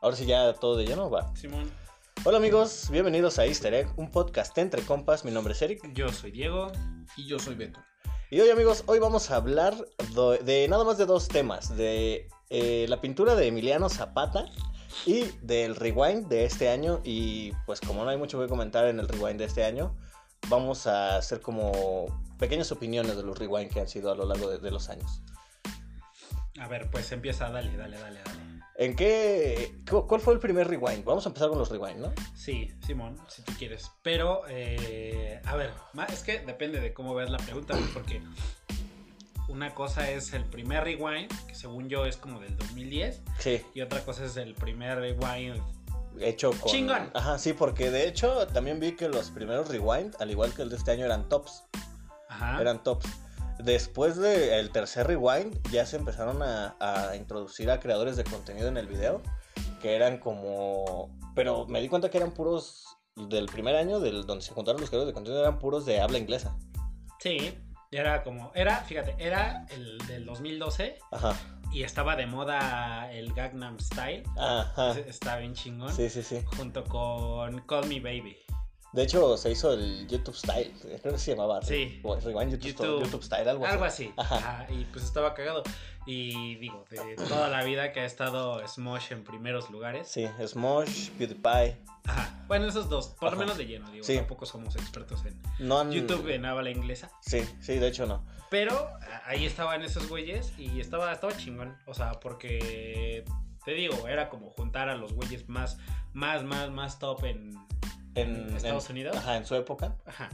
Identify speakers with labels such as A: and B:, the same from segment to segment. A: Ahora sí ya todo de lleno va.
B: Simón.
A: Hola amigos, bienvenidos a Easter Egg, un podcast entre compas. Mi nombre es Eric.
C: Yo soy Diego.
B: Y yo soy Beto.
A: Y hoy amigos, hoy vamos a hablar do- de, nada más de dos temas, de eh, la pintura de Emiliano Zapata y del rewind de este año. Y pues como no hay mucho que comentar en el rewind de este año, vamos a hacer como pequeñas opiniones de los rewind que han sido a lo largo de, de los años.
C: A ver, pues empieza, dale, dale, dale, dale.
A: ¿En qué... cu- ¿Cuál fue el primer rewind? Vamos a empezar con los rewind, ¿no?
C: Sí, Simón, si tú quieres. Pero, eh, a ver, ma- es que depende de cómo veas la pregunta, güey, porque una cosa es el primer rewind, que según yo es como del 2010,
A: Sí,
C: y otra cosa es el primer rewind.
A: hecho con...
C: Chingón.
A: Ajá, sí, porque de hecho también vi que los primeros rewind, al igual que el de este año, eran tops.
C: Ajá.
A: eran tops. Después del tercer rewind, ya se empezaron a, a introducir a creadores de contenido en el video, que eran como... Pero me di cuenta que eran puros del primer año, del donde se juntaron los creadores de contenido, eran puros de habla inglesa.
C: Sí, era como, era, fíjate, era el del 2012
A: Ajá,
C: y estaba de moda el Gangnam Style.
A: ajá.
C: Ese Está bien chingón.
A: Ah. Sí, sí, sí.
C: Junto con Call Me Baby.
A: De hecho, se hizo el YouTube Style, creo que se llamaba.
C: Sí.
A: o Rewind YouTube,
C: YouTube-
A: YouTube Style, algo,
C: Algo
A: así.
C: así.
A: Ajá.
C: Ajá, y pues estaba cagado. Y digo, de toda la vida que ha estado Smosh en primeros lugares.
A: Sí, Smosh, PewDiePie.
C: Ajá. Bueno, esos dos, por lo
A: Ajá.
C: menos de lleno, digo.
A: Sí. Mm.
C: Tampoco somos expertos en
A: No han-
C: YouTube en habla inglesa.
A: Sí, sí, de hecho no.
C: Pero a- ahí estaban esos güeyes y estaba, estaba chingón. O sea, porque te digo, era como juntar a los güeyes más, más, más, más top en, en Estados Unidos.
A: Ajá, en su época.
C: Ajá.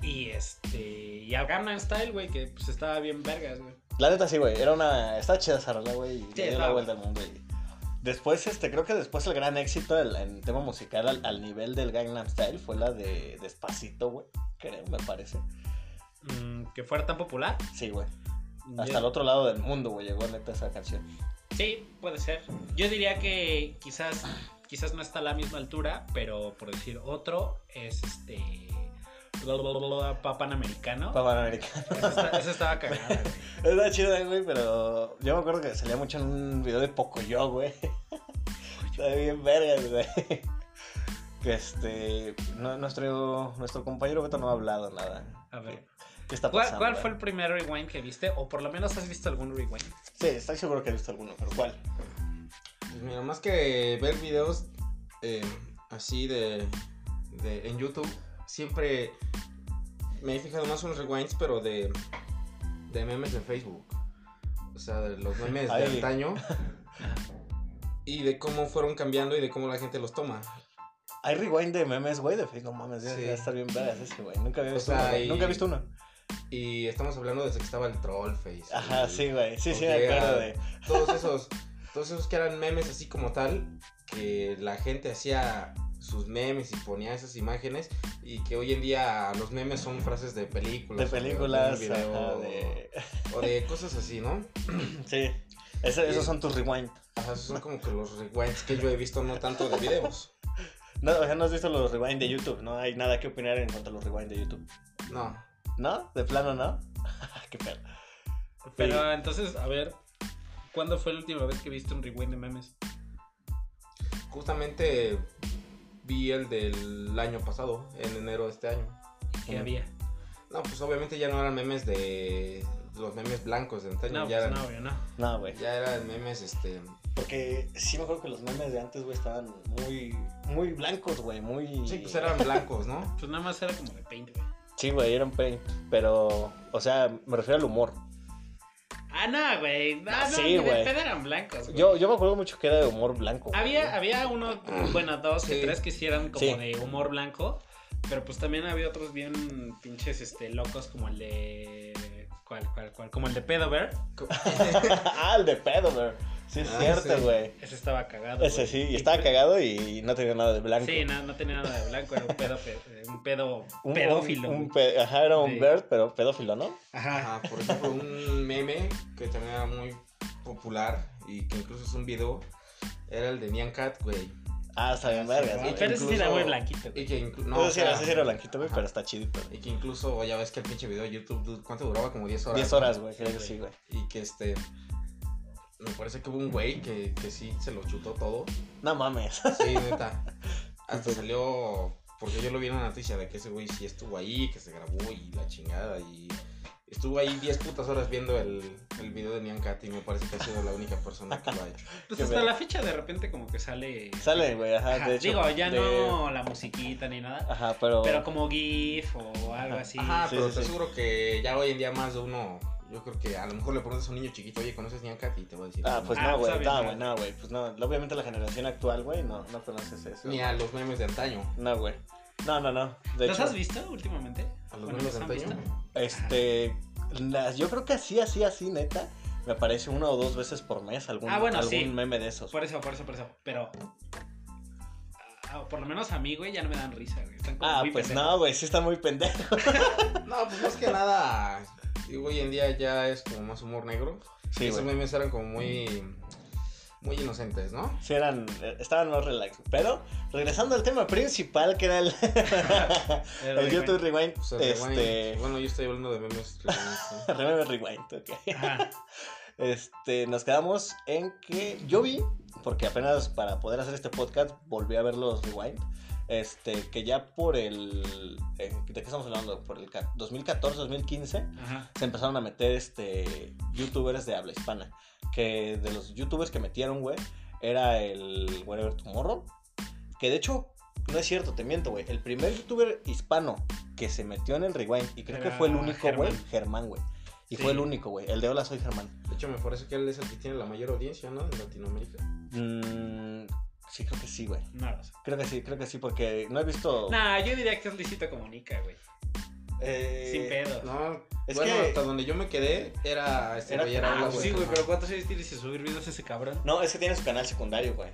C: Y este. Y al Gangnam Style, güey, que pues estaba bien vergas, güey.
A: La neta sí, güey. Era una. Está chida esa rola, güey. y dio la
C: estaba.
A: vuelta al mundo. y- Después, este, creo que después el gran éxito del- en tema musical al, al nivel del Gangnam Style fue la de Despacito, güey. Creo, me parece.
C: Mm, que fuera tan popular.
A: Sí, güey. Hasta
C: Yo-
A: el otro lado del mundo, güey, llegó neta esa canción.
C: Sí, puede ser. Yo diría que quizás, quizás no está a la misma altura, pero por decir otro, es este. Papanamericano.
A: Panamericana.
C: Esa está- esa estaba cagada, güey.
A: Está chida, güey, pero yo me acuerdo que salía mucho en un video de Pocoyo, güey. Está bien vergas, güey. Que este. no- nuestro, nuestro compañero Beto no ha hablado nada.
C: A ver.
A: ¿Qué está
C: ¿Cuál,
A: pasando?
C: cuál fue el primer rewind que viste? O por lo menos has visto algún rewind.
A: Sí, estoy seguro que he visto alguno, pero ¿cuál?
B: Pues mira, más que ver videos eh, así de, de- en YouTube, siempre me he fijado más en los rewinds, pero de, de memes de Facebook. O sea, de los memes de
A: Ahí.
B: antaño. Y de cómo fueron cambiando y de cómo la gente los toma.
A: Hay rewind de memes, güey, de Facebook. No mames, debe
B: Sí.
A: debe estar bien vergas ese, güey. Nunca había
B: O
A: visto
B: sea,
A: uno. güey.
B: y-
A: Nunca he visto uno.
B: Y estamos hablando desde que estaba el Trollface.
A: Ajá,
B: y
A: sí, güey. Sí, sí,
B: Ok,
A: me acuerdo
B: ah.
A: de.
B: Todos esos, todos esos que eran memes así como tal, que la gente hacía sus memes y ponía esas imágenes y que hoy en día los memes son frases de
A: De
B: películas. o
A: películas,
B: de, algún
A: ajá,
B: video,
A: de.
B: o de cosas así, ¿no?
A: Sí. Ese- esos son tus rewind.
B: Ajá, esos son como que los rewinds que yo he visto, no tanto de videos.
A: No, o sea, no has visto los rewind de YouTube. No hay nada que opinar en cuanto a los rewind de YouTube.
B: No.
A: ¿No? ¿De plano no? Qué pedo.
C: Pero entonces, a ver, ¿cuándo fue la última vez que viste un rewind de memes?
B: Justamente vi el del año pasado, en enero de este año.
C: ¿Qué
A: Mm.
C: había?
B: No, pues obviamente ya no eran memes de los memes blancos de antaño,
C: No,
B: ya,
C: pues
B: eran,
C: no, obvio, no.
A: No, güey.
B: ya eran memes este
A: Porque sí me acuerdo que los memes de antes, güey, estaban muy. Muy blancos, güey. Muy.
B: Sí, pues eran blancos, ¿no?
C: Pues nada más era como de paint, güey.
A: Sí, güey, eran paint. Pero. O sea, me refiero al humor.
C: Ah, no, güey. No,
A: Ah,
C: no,
A: sí,
C: ni de
A: güey.
C: pedo eran blancos, güey.
A: Yo, yo me acuerdo mucho que era de humor blanco. güey.
C: Había, había uno, bueno, dos
B: Sí.
C: o tres que sí eran como
A: Sí.
C: de humor blanco, pero pues también había otros bien pinches este, locos como el de... ¿Cuál, cuál, cuál? Como el de Pedover.
B: Co-
A: ah, el de pedo, güey. Sí, es
B: Ah,
A: cierto,
B: sí.
A: güey.
C: Ese estaba cagado.
A: Ese
C: güey.
A: sí, y estaba cagado y no tenía nada de blanco.
C: Sí, no, no tenía nada de blanco, era un pedo, pe- eh, un pedo
A: Un-
C: pedófilo.
A: un- un
C: güey.
A: pe- Ajá, era un
C: Sí.
A: bird, pero pedófilo, ¿no?
C: Ajá.
B: Ajá, por ejemplo, un meme que también era muy popular y que incluso es un video, era el de Nyan Cat, güey.
A: Ah, está bien,
B: Sí,
A: vergas,
B: ¿no?
A: güey.
C: Pero ese sí era
B: incluso-
C: muy blanquito,
B: Y
C: güey.
B: que incluso...
A: No, ese, ese sí era blanquito, güey,
B: Ajá.
A: pero está chidito. güey.
B: Y que incluso, ya ves que el pinche video de YouTube, dude, ¿cuánto duraba? Como 10 horas.
A: 10
B: ¿no?
A: horas, güey, creo que
C: Sí,
A: sí, güey.
B: Y que este... me parece que hubo un güey que, que sí se lo chutó todo.
A: No mames.
B: Sí, neta. Hasta salió, porque yo lo vi en la noticia de que ese güey sí estuvo ahí, que se grabó y la chingada. Y estuvo ahí 10 putas horas viendo el, el video de Nyan Cat y me parece que ha sido la única persona que lo ha hecho.
C: Pues
A: Qué
C: hasta
A: ver-
C: la fecha de repente como que sale...
A: Sale, güey, ajá,
C: Ajá,
A: de hecho,
C: digo, ya
A: de-
C: no la musiquita ni nada,
A: Ajá, pero.
C: pero como GIF o algo
A: Ajá.
C: así.
B: Ajá,
A: sí,
B: pero
A: sí,
B: te
A: sí.
B: aseguro que ya hoy en día más de uno, yo creo que a lo mejor le preguntas a un niño chiquito, oye, ¿conoces Nyan Cat? Y te va a decir.
A: Ah,
B: "No".
A: pues
C: Ah,
A: no,
C: pues
A: güey,
C: obvio,
A: no,
C: no.
A: güey, no, güey, pues no. Obviamente la generación actual, güey, no, no conoces eso.
B: Ni a los memes de antaño.
A: No, güey. No, no, no. De
C: ¿Los
A: hecho,
C: has visto últimamente?
B: A los
C: Bueno,
B: memes de
C: han visto?
B: antaño.
A: este, las- yo creo que así, así, así, neta, me aparece una o dos veces por mes algún,
C: Ah, bueno,
A: algún
C: sí.
A: meme de esos.
C: Por eso, por eso, por eso. Pero... ah, por lo menos a mí, güey, ya no me dan risa, güey. Están como
A: Ah,
C: muy
A: pues
C: pendejos.
A: no, güey, sí está muy pendejo.
B: No, pues más que nada, digo, hoy en día ya es como más humor negro.
A: Sí,
B: Esos
A: güey.
B: memes eran como muy, muy inocentes, ¿no?
A: Sí, eran, eh, estaban más relax. Pero, regresando al tema principal, que era el,
C: Pero,
A: el
C: güey,
A: YouTube Rewind,
B: O sea,
A: este,
B: Pues rewind. bueno, yo estoy hablando de memes. rewind, sí.
A: Remember Rewind, ok.
C: Ajá.
A: Este, nos quedamos en que yo vi, porque apenas para poder hacer este podcast volví a ver los rewind. Este, que ya por el. eh, ¿De qué estamos hablando? Por el ca- 2014, 2015,
C: Ajá.
A: se empezaron a meter este, youtubers de habla hispana. Que de los youtubers que metieron, güey, era el Whatever Tomorrow. Que de hecho, no es cierto, te miento, güey. El primer youtuber hispano que se metió en el rewind, y creo que
C: Era
A: fue el único, güey,
C: Germán.
A: Germán, güey. Y
C: Sí.
A: fue el único, güey. El de Hola, soy Germán.
B: De hecho, me parece que él es el que tiene la mayor audiencia, ¿no? En Latinoamérica.
A: Mm, sí, creo que sí, güey.
C: No lo sé.
A: Creo que sí, creo que sí, porque no he visto.
C: Nah, yo diría que es Luisito Comunica, güey.
A: eh,
C: Sin pedo.
B: No,
A: Es
B: bueno,
A: que-
B: hasta donde yo me quedé era este
A: Era-
B: güey,
A: Ah,
B: era
C: Ah,
B: Hola,
C: pues
B: güey.
C: sí, güey,
A: Ajá.
C: pero ¿cuántos años tienes y subir videos ese cabrón?
A: No, es que tiene su canal secundario, güey.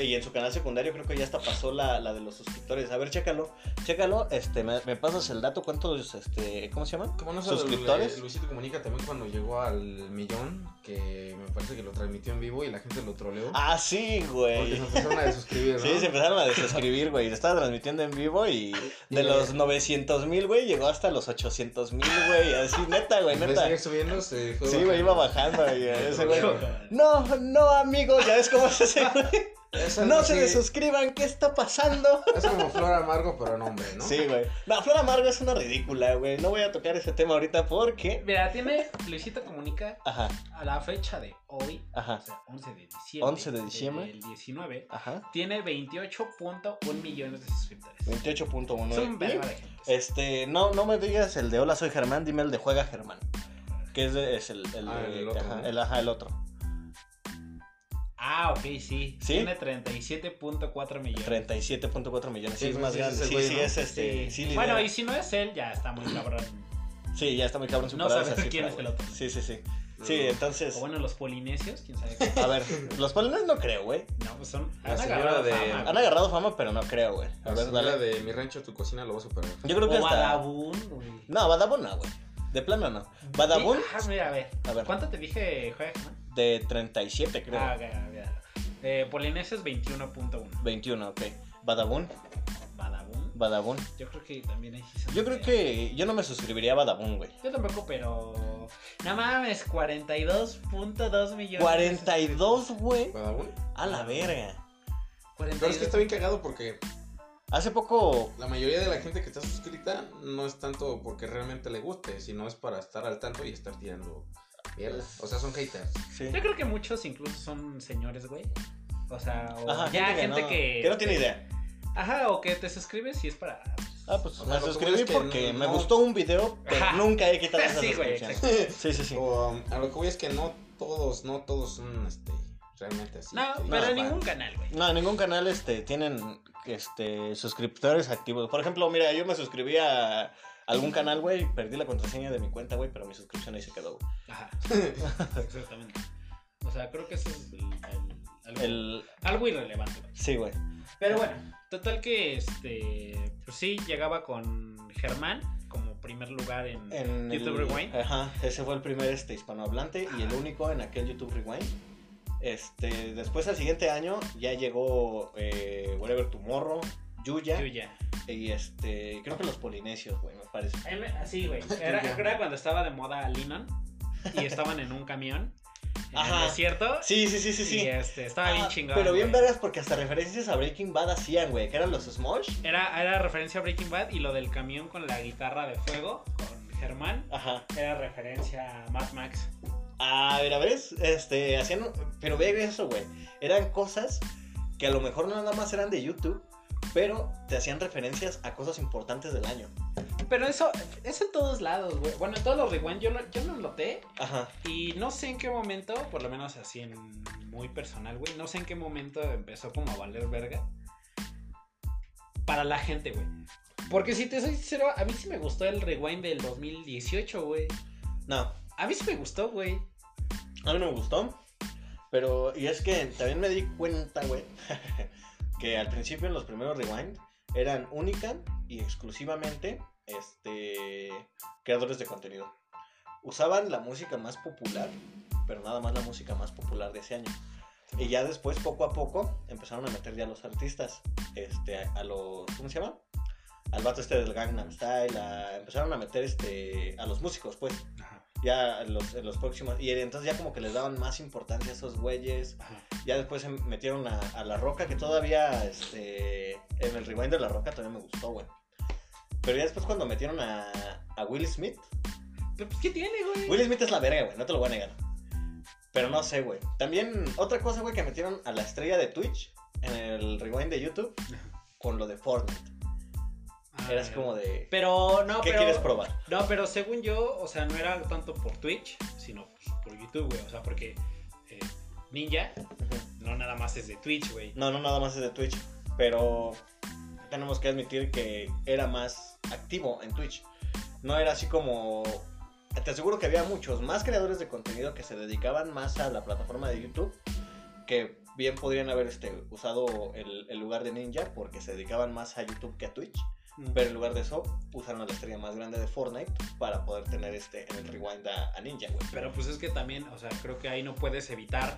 A: Y en su canal secundario creo que ya hasta pasó la, la de los suscriptores. A ver, chécalo. Chécalo, este, me, me pasas el dato, cuántos, este, ¿cómo se llama?
B: ¿Cómo no
A: ¿Suscriptores?
B: ¿Suscriptores? Luisito Comunica también cuando llegó al millón, que me parece que lo transmitió en vivo y la gente lo troleó.
A: Ah, sí,
B: porque
A: güey.
B: se empezaron a desuscribir, ¿no?
A: Sí, se empezaron a desuscribir, güey. Se estaba transmitiendo en vivo y de
B: Y-
A: los 900 mil, güey, llegó hasta los 800 mil, güey. Así, neta, güey,
B: En vez de
A: neta.
B: seguir subiendo, se fue
A: Sí,
B: bajando.
A: güey, iba bajando, güey. Ese güey.
C: No,
A: No, no, amigos, ya ves cómo es ese güey.
B: Es algo
A: No se
B: así-
A: desuscriban, ¿qué está pasando?
B: Es como Flor Amargo, pero no hombre, ¿no?
A: Sí, güey. No, Flor Amargo es una ridícula, güey. No voy a tocar ese tema ahorita porque.
C: Mira, tiene Luisito Comunica
A: Ajá,
C: a la fecha de hoy, o
A: ajá,
C: sea, 11 de diciembre.
A: 11 de diciembre.
C: El 19.
A: ajá.
C: Tiene 28.1 millones de suscriptores. Es un
A: 28.1.
C: verbo de gente.
A: Este, no, no me digas el de Hola soy Germán, dime el de Juega Germán. Que es, de- es el, el,
B: Ah,
A: de-
B: el otro,
A: ajá,
B: ¿no?
A: el, ajá, el otro.
C: Ah, ok, sí.
A: ¿Sí?
C: Tiene 37.4 millones.
A: 37.4 millones. Sí,
B: Sí,
A: es
B: güey,
A: más
B: sí,
A: grande.
B: ese
A: Sí,
B: güey,
A: sí,
B: ¿no?
A: es este.
C: Sí.
A: Sí,
C: bueno,
A: lidera.
C: y si no es él, ya está muy cabrón.
A: Sí, ya está muy cabrón
C: No
A: superado
C: sabes
A: esa
C: quién
A: cifra,
C: es el
A: güey.
C: otro.
A: Sí, sí, sí.
B: No.
A: Sí, entonces.
C: O bueno, los polinesios, quién sabe qué.
A: A ver, los polines no creo, güey.
C: No, pues son.
B: La
C: han
B: señora
C: agarrado
B: de-
C: fama,
A: Han
C: güey.
A: agarrado fama, pero no creo, güey. A
B: Pues, La
A: ver,
B: señora
A: dale.
B: de mi rancho, tu cocina lo va a superar.
A: Yo creo que
C: O
A: hasta...
C: Badabun, güey.
A: No, Badabun no, güey. De plano no. Badabun,
C: Sí, ajá, mira, a ver.
A: a ver,
C: ¿Cuánto te dije, Jorge? no?
A: de 37 creo.
C: Ah, ok, olvídalo. Eh, Polinesios 21.1.
A: 21, ok. Badabun,
C: Badabun.
A: Badabun.
C: Yo creo que también hay.
A: Yo creo que yo no me suscribiría a Badabun, güey.
C: Yo tampoco, pero. No mames, 42.2 millones.
A: 42, güey.
B: ¿Badabun?
A: A la verga.
B: Pero es que está bien cagado porque
A: Hace poco...
B: la mayoría de la gente que está suscrita no es tanto porque realmente le guste, sino es para estar al tanto y estar tirando mierda. O sea, son haters.
A: Sí.
C: Yo creo que muchos incluso son señores, güey. O sea, o
A: Ajá,
C: ya gente,
A: no,
C: que,
A: no tiene idea.
C: Ajá, o que te suscribes y es para.
A: Ah, pues
B: O sea,
A: me
B: lo que
A: suscribí
B: voy es que
A: porque me
B: no-
A: gustó un video, pero
C: Ajá.
A: nunca he quitado esa
C: Sí, güey,
A: suscripción. Sí, sí, sí.
B: O, um, a lo que voy es que no todos, no todos son este, realmente así.
C: No,
B: Ah, que digas,
C: pero
B: "Va".
C: en ningún canal, güey.
A: No, en ningún canal este, tienen este, suscriptores activos. Por ejemplo, mira, yo me suscribí a algún canal, güey, perdí la contraseña de mi cuenta, güey, pero mi suscripción ahí se quedó. güey.
C: Ajá. Exactamente. O sea, creo que eso es el- el- algo,
A: El...
C: algo irrelevante. güey.
A: Sí, güey.
C: Pero bueno, total que este. Pues sí, llegaba con Germán como primer lugar en,
A: En el- Ah,
C: YouTube Rewind.
A: Ajá, ese fue el primer este, hispanohablante y el único en aquel YouTube Rewind. Este, después, al siguiente año, ya llegó eh, Whatever Tomorrow, Yuya,
C: Yo ya.
A: y este, creo que los polinesios, güey, me parece.
C: A mí me- Así, güey. Era,
B: ya.
C: era cuando estaba de moda Lennon y estaban en un camión. en
A: Ajá.
C: el desierto.
A: Sí, sí, sí, sí, sí.
C: Y este, estaba bien
A: Ah,
C: chingón.
A: Pero bien
C: güey.
A: vergas porque hasta referencias a Breaking Bad hacían, güey, que eran los Smosh.
C: Era, era referencia a Breaking Bad y lo del camión con la guitarra de fuego, con Germán,
A: Ajá.
C: era referencia a Mad Max.
A: Ah, mira, ¿ves? Este, hacían. Pero ve eso, güey. Eran cosas que a lo mejor no nada más eran de YouTube, pero te hacían referencias a cosas importantes del año.
C: Pero eso es en todos lados, güey. Bueno, en todos los rewind yo lo, yo lo noté
A: Ajá.
C: y no sé en qué momento, por lo menos así en muy personal, güey, no sé en qué momento empezó como a valer verga para la gente, güey. Porque si te soy sincero, a mí sí me gustó el rewind del 2018, güey.
A: No,
C: A mí sí me gustó, güey.
A: A mí no me gustó. Pero, y es que también me di cuenta, güey, que al principio en los primeros rewind eran única y exclusivamente este, creadores de contenido. Usaban la música más popular, pero nada más la música más popular de ese año. Y ya después, poco a poco, empezaron a meter ya a los artistas, este, a, a los, ¿cómo se llama? Al vato este del Gangnam Style, a- empezaron a meter este, a los músicos, pues
C: Ajá,
A: ya en los, en los próximos. Y entonces ya como que les daban más importancia a esos güeyes.
C: ajá.
A: Ya después se metieron a, a La Roca, que todavía este, en el rewind de La Roca todavía me gustó, güey. Pero ya después cuando metieron a, a Will Smith.
C: Pero pues, ¿qué tiene, güey?
A: Will Smith es la verga, güey, no te lo voy a negar. Pero no sé, güey. También otra cosa, güey, que metieron a la estrella de Twitch en el rewind de YouTube con lo de Fortnite.
C: Ah,
A: Eras como de...
C: Pero no,
A: ¿Qué
C: pero.
A: quieres probar?
C: No, pero según yo, o sea, no era tanto por Twitch, sino pues, por YouTube, güey. O sea, porque eh, Ninja no nada más es de Twitch, güey.
A: No, no, nada más es de Twitch. Pero tenemos que admitir que era más activo en Twitch. No era así como... Te aseguro que había muchos más creadores de contenido que se dedicaban más a la plataforma de YouTube que bien podrían haber este, usado el, el lugar de Ninja porque se dedicaban más a YouTube que a Twitch. Pero en lugar de eso, usaron a la estrella más grande de Fortnite para poder tener este en el rewind a, a Ninja, güey.
C: Pero pues es que también, o sea, creo que ahí no puedes evitar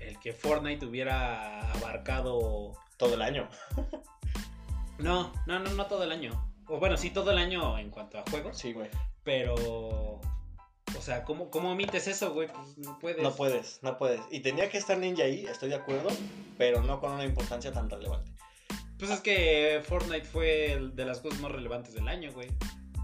C: el que Fortnite hubiera abarcado.
A: Todo el año.
C: No, no, no, no todo el año. O bueno, sí todo el año en cuanto a juegos,
A: Sí, güey.
C: pero. O sea, ¿cómo, cómo omites eso, güey? Pues no puedes.
A: No puedes, no puedes. Y tenía que estar Ninja ahí, estoy de acuerdo, pero no con una importancia tan relevante.
C: Pues es que Fortnite fue el- de las cosas más relevantes del año, güey.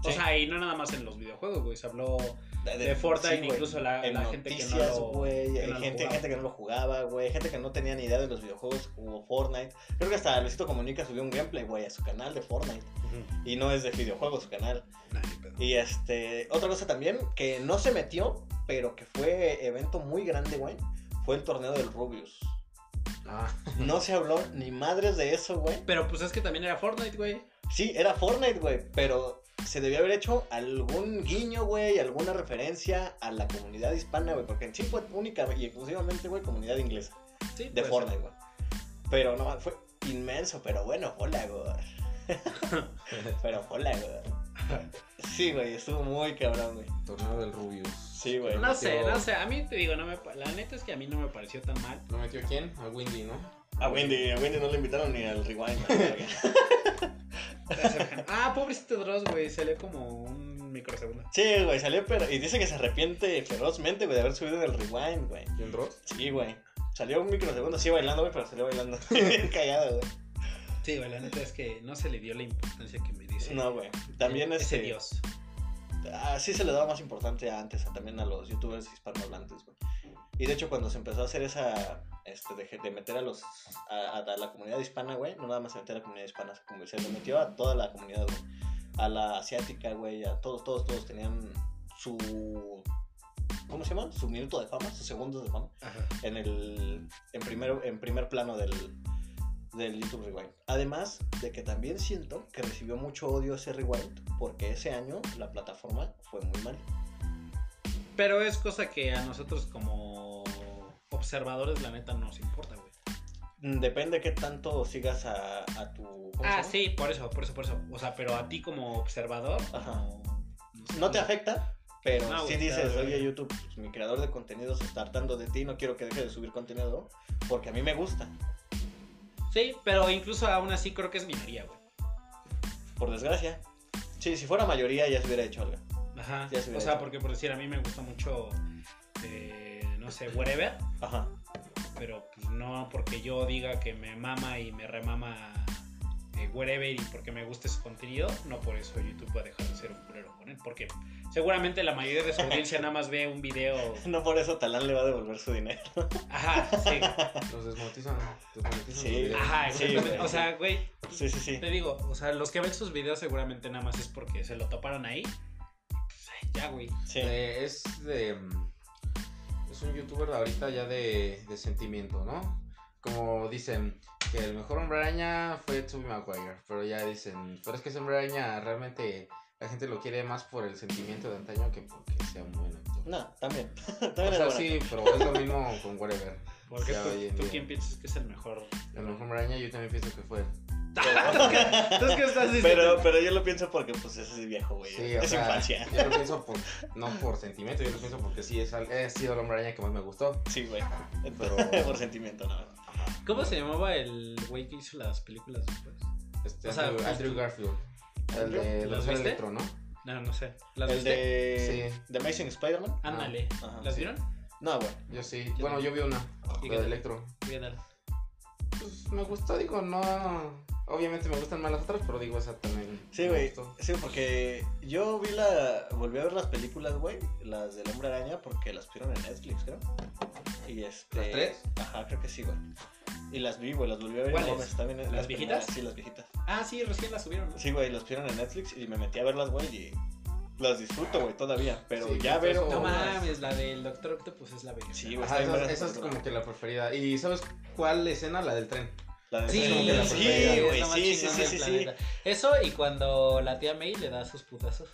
C: O
A: Sí.
C: sea, y no nada más en los videojuegos, güey. Se habló de, Fortnite,
A: sí, güey.
C: incluso la,
A: En
C: la gente que no
A: noticias,
C: lo.
A: güey,
C: que
A: hay
C: no lo
A: gente,
C: jugaba.
A: gente que no lo jugaba, güey, gente que no tenía ni idea de los videojuegos, jugó Fortnite. Creo que hasta Luisito Comunica subió un gameplay, güey, a su canal de Fortnite.
C: Ujú.
A: Y no es de videojuegos su canal.
C: Nah, ni pedo.
A: Y este, otra cosa también que no se metió, pero que fue evento muy grande, güey, fue el torneo del Rubius.
B: Ah,
A: No se habló ni madres de eso, güey.
C: Pero pues es que también era Fortnite, güey.
A: Sí, era Fortnite, güey, pero se debió haber hecho algún guiño, güey, alguna referencia a la comunidad hispana, güey, porque en sí fue única y exclusivamente, güey, comunidad inglesa
C: Sí,
A: de
C: pues,
A: Fortnite, güey. Pero no, fue inmenso, pero bueno, hola, güey. pero hola, güey. Sí, güey, estuvo muy cabrón, güey.
B: torneo del Rubius.
A: Sí, güey.
C: No sé,
B: Metió-
C: no sé. A mí te digo, no me, pa- la neta es que a mí no me pareció tan mal.
B: ¿Lo metió quién? A Windy, ¿no?
A: A Wendy, a Wendy no le invitaron ni al rewind. a la verga.
C: ah, pobrecito Dross, güey. Se le como un microsegundo.
A: sí, güey, salió, pero. Y dice que se arrepiente ferozmente, güey, de haber subido en el rewind, güey.
B: ¿Quién Ross?
A: Sí, güey. Salió un microsegundo así bailando, güey, pero salió bailando. Bien cagado, güey.
C: Sí, güey, la neta es que no se le dio la importancia que me dice.
A: No, güey. También
C: ese
A: este.
C: dios.
A: Así se le daba más importancia antes a- también a los youtubers hispanohablantes, güey. Y de hecho, cuando se empezó a hacer esa. Este, de, de meter a los. A, a la comunidad hispana, güey. No nada más se metió a la comunidad hispana, se, como- se le metió a toda la comunidad, güey. A la asiática, güey. A todos, todos, todos tenían su. ¿Cómo se llama? Su minuto de fama, sus segundos de fama.
C: Ajá.
A: en el en primero en primer plano del del YouTube Rewind. Además de que también siento que recibió mucho odio ese Rewind porque ese año la plataforma fue muy mal.
C: Pero es cosa que a nosotros como observadores, la neta, nos importa, güey.
A: Mm, Depende qué tanto sigas a, a tu ¿cómo se
C: Ah,
A: llama?
C: sí, por eso, por eso, por eso. O sea, pero a ti como observador,
A: Ajá.
C: como-
A: No te afecta, pero
C: No,
A: si
C: güey,
A: dices,
C: claro,
A: oye
C: güey.
A: YouTube, pues, mi creador de contenido se está hartando de ti, no quiero que deje de subir contenido porque a mí me gusta.
C: Sí, pero incluso aún así creo que es minoría, güey.
A: Por desgracia. Sí, si fuera mayoría ya se hubiera hecho algo.
C: Ajá.
A: Ya se hubiera
C: o sea,
A: hecho.
C: porque por decir, a mí me gusta mucho, eh, no sé, whatever.
A: Ajá.
C: Pero pues, no porque yo diga que me mama y me remama eh, whatever y porque me gusta su contenido, no por eso YouTube va a dejar de ser un culero con él. Porque seguramente la mayoría de su audiencia nada más ve un video.
A: No por eso Talán le va a devolver su dinero.
C: Ajá, sí.
B: Los desmonetizan. desmonetizan
A: Sí.
B: los videos.
C: Ajá,
A: Sí,
C: exactamente.
A: güey.
C: O sea, güey,
A: Sí, sí, sí.
C: te digo, o sea, los que ven sus videos seguramente nada más es porque se lo toparon ahí. Pues, ay, ya, güey.
A: Sí.
B: Eh, es de. mm, Es un youtuber ahorita ya de, de sentimiento, ¿no? Como dicen que el mejor hombre araña fue Tobey Maguire, pero ya dicen, pero es que ese hombre araña realmente la gente lo quiere más por el sentimiento de antaño que porque sea un buen actor.
A: No, también.
B: o
A: también
B: sea,
A: es
B: sí, pero es lo mismo con Whatever.
C: Porque
B: Ya,
C: tú,
B: oye,
C: tú
B: bien.
C: quién piensas que es el mejor.
B: El mejor hombre araña yo también pienso que fue.
C: Entonces, ¿qué estás diciendo?
A: Pero, pero yo lo pienso porque pues ese es viejo, güey.
B: Sí, o
A: es
B: sea,
A: infancia.
B: Yo lo pienso por, no por sentimiento, yo lo pienso porque sí, es, al- ha sido el hombre araña que más me gustó.
A: Sí, güey.
B: Pero
A: Por sentimiento, no.
C: ¿Cómo se llamaba el güey que hizo las películas después?
B: Este,
C: O sea,
B: Andrew,
C: pues,
B: Andrew Garfield. El
A: ¿Andrew?
B: de
C: ¿Los
B: los
C: viste?
B: Electro, ¿no?
C: No, no sé. ¿Las
A: El
C: viste?
A: de.
B: Sí.
A: The Amazing Spider-man.
C: Ándale.
A: Ajá,
C: ¿Las
A: sí.
C: vieron?
A: No, güey.
B: Yo sí. bueno, yo vi una.
C: ¿Y qué
B: La de
C: tal?
B: Electro.
C: ¿Qué tal?
B: Pues me gustó, digo, no. Obviamente me gustan más las otras, pero digo esa también.
A: Sí,
B: me
A: güey.
B: gustó.
A: Sí, porque yo vi la. Volví a ver las películas, güey. Las del Hombre Araña, porque las pusieron en Netflix, creo. Y este.
B: ¿Las tres?
A: Ajá, creo que sí, güey. Y las vi, güey. Las volví a ver. y
C: ¿Cuáles?
A: no mames, también
C: ¿Las
A: las
C: viejitas?
A: primeras, Sí, las viejitas.
C: Ah, sí, recién las subieron, ¿no?
A: Sí, güey. Las pusieron en Netflix y me metí a verlas, güey. Y las disfruto, güey, todavía. Pero
B: Sí,
A: ya
B: pues,
A: ver.
B: eso-
C: No
B: Oh,
C: mames, la del Doctor Octopus pues, es la verga.
A: Sí, güey. está
B: Ajá,
A: bien
B: esa,
A: buena
B: esa es
A: película.
B: como que la preferida. ¿Y sabes cuál escena? La del tren.
A: La de
C: Sí,
A: como que la
C: sí,
A: preferida,
C: es
A: güey.
C: la más
A: Sí, sí,
C: chingona
A: sí,
C: del
A: sí, sí.
C: planeta. Eso y cuando la tía May le da sus putazos.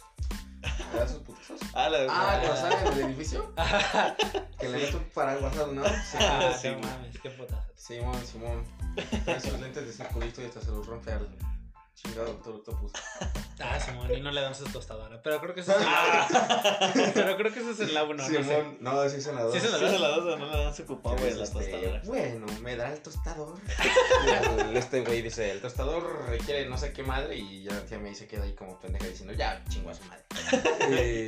B: ¿Le da sus putazos?
A: Ah, la de.
B: Ah, cuando
C: Ah.
B: sale del edificio. que le meto un paraguas al ¿no? Sí.
C: Ah,
A: sí,
C: no
A: güey.
C: mames, qué putazos.
B: Simón, Simón. Tiene sus lentes de circulito y hasta se los rompe al chingado doctor Octopus.
C: Ah, Simón, y no le dan su tostadora. Pero creo que eso es en
A: Ah.
C: la Pero creo que eso es en la 1, no sé.
B: Simón, no, sí es en la dos.
C: Sí es en
A: Sí, se la dos, no le dan su cupón,
B: Que
A: güey,
B: dice,
A: las
B: este,
A: tostadoras.
B: Bueno, me da el tostador. Y el- este güey dice, el tostador requiere no sé qué madre y ya la tía me dice queda ahí como pendeja diciendo, ya chingo a su madre.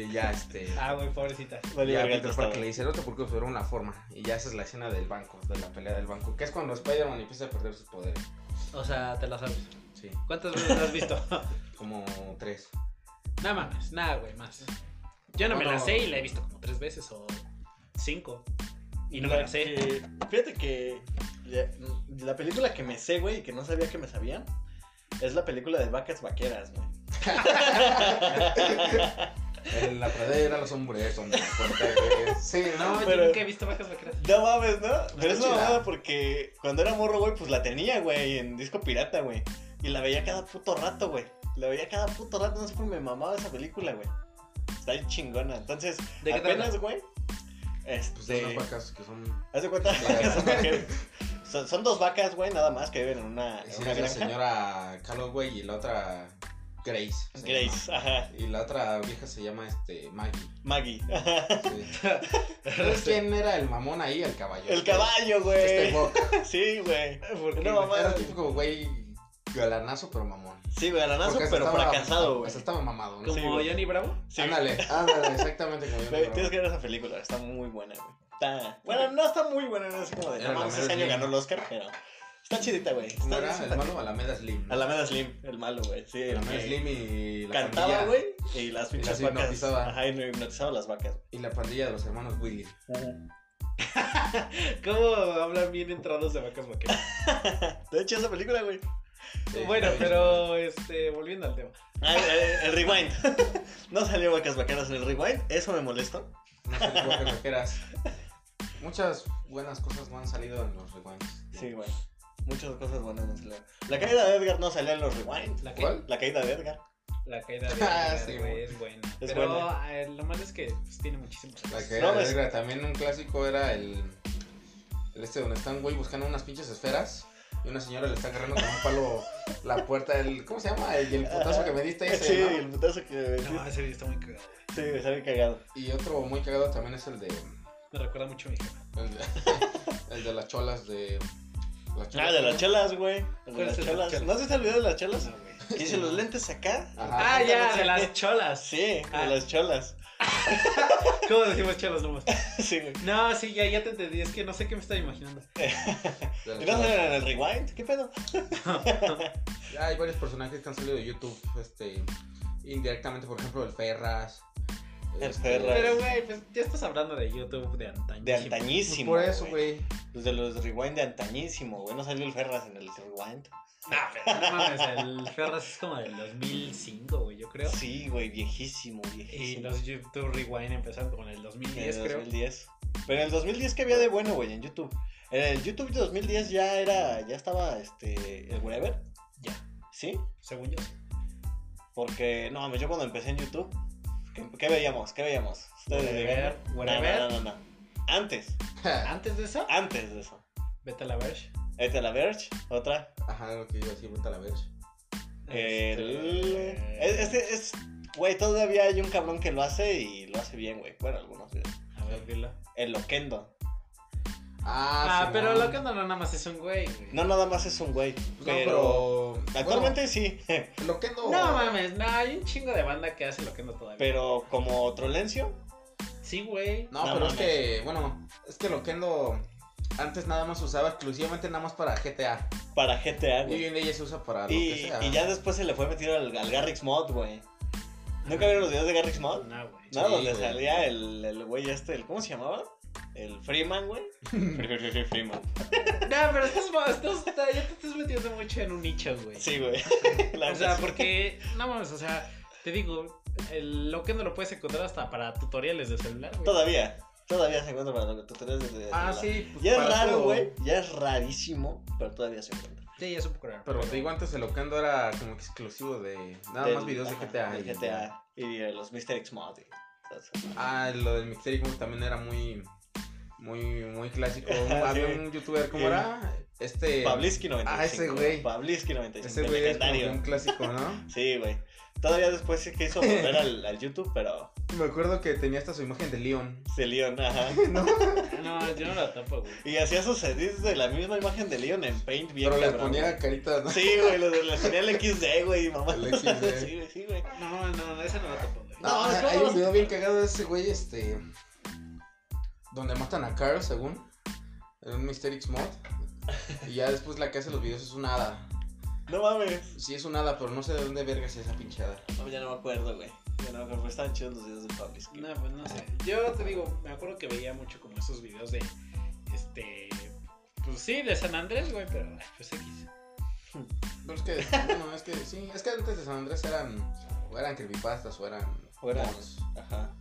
B: y ya este...
C: Ah, güey, pobrecita.
A: Vale,
B: ya
A: verga,
B: Peter
A: tostadora.
B: Parker le dice el otro porque era una forma. Y ya esa es la escena del banco, de la pelea del banco, que es cuando Spider-Man empieza a perder sus poderes.
C: O sea, te la sabes.
B: Sí,
C: ¿Cuántas veces la has visto?
B: como tres.
C: Nada mames, nada, güey, más. Yo no me la
B: Bueno.
C: sé y la he visto como tres veces o cinco. Y no me
A: La
C: la sé.
A: que- eh, Fíjate que ya- la película que me sé, güey, y que no sabía que me sabía, es la película de vacas vaqueras, güey.
B: En la pradera, los hombres, hombres. Sí,
C: No,
B: no,
A: pero-
C: yo nunca he visto vacas vaqueras.
A: No mames, ¿no? Pero
B: está
A: es una
B: chida.
A: mamada porque cuando era morro, güey, pues la tenía, güey, en disco pirata, güey. Y la veía cada puto rato, güey. La veía cada puto rato, no sé por qué me mamaba esa película, güey. Está bien chingona. Entonces,
C: ¿De qué
A: apenas,
C: trata?
A: güey.
B: Pues
A: Este.
B: son las vacas que son.
A: Haz de cuenta, son, vaqueras. Son- son dos vacas, güey, nada más que viven en una, en
B: Sí,
A: una
B: es la
A: granja.
B: señora Calloway y la otra Grace. se
A: Grace, ajá.
B: llama. Y la otra vieja se llama este Maggie.
A: Maggie.
B: sí. ¿Sabes ¿Quién era el mamón ahí? El caballo.
A: El
B: Este-
A: caballo,
B: Este
A: güey.
B: Buck.
A: Sí, güey.
C: Porque
A: No, mamá.
B: Era típico güey galanazo pero mamón.
A: Sí, güey, galanazo,
B: Porque hasta
A: pero
B: estaba-
A: fracasado, güey.
B: Hasta estaba mamado, ¿no?
C: Como
A: Sí, güey.
C: Johnny Bravo.
A: Sí,
B: Ándale, ándale, exactamente como yo.
A: güey,
B: pero-
A: tienes que ver esa película, está muy buena, güey. Está... Bueno, no está muy buena, no es como de.
B: Era
A: No,
B: la
A: mames, ese
B: mera
A: año
B: Slim.
A: ganó el Oscar, pero. Está chidita, güey.
B: ¿Cómo
A: Está
B: era? El
A: simpática.
B: malo Alameda Slim. ¿no?
A: Alameda Slim, el malo, güey. Sí, el
B: Alameda
A: que
B: Slim y la
A: Cantaba,
B: pandilla-
A: güey, y las pinches
B: las
A: vacas.
B: hipnotizaba.
A: Ajá, y hipnotizaba las vacas.
B: Y la pandilla de los hermanos Willy.
C: ¿Cómo hablan bien entrados de vacas vaqueras?
A: De hecho, esa película, güey.
B: Sí,
C: bueno,
B: sí.
C: pero este, volviendo al tema.
A: Ah, eh, el rewind. no salió vacas vaqueras en el rewind, eso me molestó.
B: No sé qué guaje vaqueras. Muchas buenas cosas no han salido en los rewinds.
A: Sí, güey. Muchas cosas buenas no salieron. La caída de Edgar no salía en los rewinds.
C: ¿La qué?
B: ¿Cuál?
A: La caída de Edgar.
C: La caída de
B: Ah,
C: Edgar,
B: sí,
C: güey,
B: güey.
C: es buena.
A: Es
C: Pero
A: buena.
C: eh, lo malo es que pues, tiene muchísimos
B: La
C: años.
B: que
A: No,
B: era
A: pues-
B: negra. También un clásico era el, el este donde están, güey, buscando unas pinches esferas. Y una señora le está agarrando con un palo la puerta del... ¿Cómo se llama? El, el putazo que me diste ese,
A: Sí,
B: ¿no?
A: el putazo que me
C: No, ese video está muy cagado. güey.
A: Sí, me sale cagado.
B: Y otro muy cagado también es el de...
C: Me recuerda mucho a mi jefa.
B: El de, el de las cholas de... las
A: Ah, de las chelas, güey. El De
C: ¿Cuál es
A: las
C: el de las
A: chelas.
C: chelas?
A: ¿No has visto el video de las
B: Ah,
A: chelas?
C: No, güey.
A: Que dice los lentes acá.
B: Ajá.
C: Ah,
A: no
C: ya,
A: sé
C: de
A: qué.
C: las cholas.
A: Sí,
C: Ah.
A: de las cholas.
C: ¿Cómo decimos chelas nomás?
A: Sí,
C: No, sí, ya, ya te entendí. Es que no sé qué me estaba imaginando.
B: de la
A: ¿Y no
B: chava.
A: salen en el rewind? ¿Qué pedo?
B: Ya hay varios personajes que han salido de YouTube, este, indirectamente, por ejemplo, el Ferras.
A: El
B: este,
A: Ferras.
C: Pero, güey, pues ya estás hablando de YouTube de antaño.
A: De
B: pues
A: antañísimo.
B: por eso, güey.
A: Los de los rewind de antañísimo, güey. No salió el Ferras en el rewind.
C: No, pero no mames, el Ferras es como del 2005, güey, yo creo.
A: Sí, güey, viejísimo,
C: Y
A: viejísimo.
C: los YouTube Rewind empezaron con el
A: En el
C: 2010, creo.
A: 2010. Pero en el 2010, ¿qué había de bueno, güey, en YouTube? En el YouTube de 2010 ya era, ya estaba, este, el wherever.
C: Ya.
A: ¿Sí?
C: Según yo.
A: Porque, no, mames, yo cuando empecé en YouTube, ¿qué, qué veíamos? ¿Qué veíamos? ¿Ustedes
C: Wherever,
A: veían?
C: Wherever.
A: No, no, no, no. Antes,
C: Antes de eso,
A: antes de eso.
C: vete a la Verge.
A: Esta la Verge, otra.
B: Ajá, lo que yo decía, vete a la verga.
A: El...
C: Este,
A: Es, es, es- güey, todavía hay un cabrón que lo hace y lo hace bien, güey. Bueno, algunos. güey.
C: A ver, dilo.
A: El Loquendo.
B: Ah,
C: Ah,
B: sí,
C: pero
B: no.
C: lo que anda no nada más es un güey, güey.
A: No, nada más es un güey.
B: No,
A: Pero.
B: pero.
A: Actualmente sí.
B: bueno, lo que no.
C: No mames, no, hay un chingo de banda que hace lo que no todavía.
A: Pero como Trolencio.
C: Sí, güey.
B: No,
A: No
B: pero
A: mames.
B: es que, bueno, es que Loquendo antes nada más se usaba exclusivamente nada más para GTA.
A: Para GTA,
B: Y hoy
A: güey.
B: en día ya se usa para lo que
A: Y,
B: sea.
A: y ya después se le fue metido al, al Garrix Mod, güey. ¿Nunca vieron los videos de Garrix Mod?
C: No, güey.
A: No,
B: Sí,
A: donde
B: güey.
A: salía el el güey este, el, ¿cómo se llamaba? El Freeman, güey. Freeman.
C: No, pero estás, estás- ya te estás metiendo mucho en un nicho, güey.
A: Sí, güey. La
C: O sea,
A: neta,
C: porque, no mames, o sea, te digo, el, lo que no lo puedes encontrar hasta para tutoriales de celular, güey.
A: Todavía, todavía se encuentra para los tutoriales de celular.
B: Ah, sí. pues,
A: Ya es
B: para
A: raro,
B: todo.
A: güey. Ya es rarísimo, pero todavía se encuentra.
C: Sí, es un poco raro.
B: Pero te digo, antes el Loquendo era como que exclusivo de nada
A: Del-
B: más videos de
A: ajá,
B: GTA.
A: del
B: y-
A: GTA. Y de los Mr. X Mod. y esas cosas.
B: Ah, lo del Mixterico también era muy, muy, muy clásico.
A: Sí.
B: Había un youtuber, ¿cómo
A: Sí.
B: era? Este.
A: Pabliski 95.
B: Ah, ese güey.
A: Pabliski 95.
B: Ese güey es como
A: legendario.
B: un clásico, ¿no?
A: Sí, güey. Todavía después se quiso volver al, al YouTube, pero
B: Me acuerdo que tenía hasta su imagen de Leon.
A: se Leon, ajá.
B: ¿No?
C: No, yo no la tapo, güey.
A: Y hacía sus edits de la misma imagen de Leon en Paint bien
B: Pero le
A: cabrón,
B: ponía caritas, ¿no?
A: güey. Sí, güey, le, le ponía el XD, güey, mamá.
B: El XD.
A: Sí, güey, sí, güey.
C: No, no, esa no la tapo, güey.
A: No,
B: Ah,
A: es como
B: hay
A: los-
B: un video bien cagado de ese güey, este. Donde matan a Carl, según. En un Mystery X mod. Y ya después la que hace los videos es un hada.
A: No mames.
B: Sí, es un hada, pero no sé de dónde verga es esa pinche hada.
A: No, ya no me acuerdo, güey. Ya no me acuerdo, pero estaban chidos los videos de Pabliski.
C: No, pues no sé. Yo te digo, me acuerdo que veía mucho como esos videos de, este, pues sí, de San Andrés, güey, pero ay, pues X.
B: Pero es que, bueno, es que sí. Es que antes de San Andrés eran. O eran creepypastas o eran.
A: O eran-
B: mods.
A: Ajá.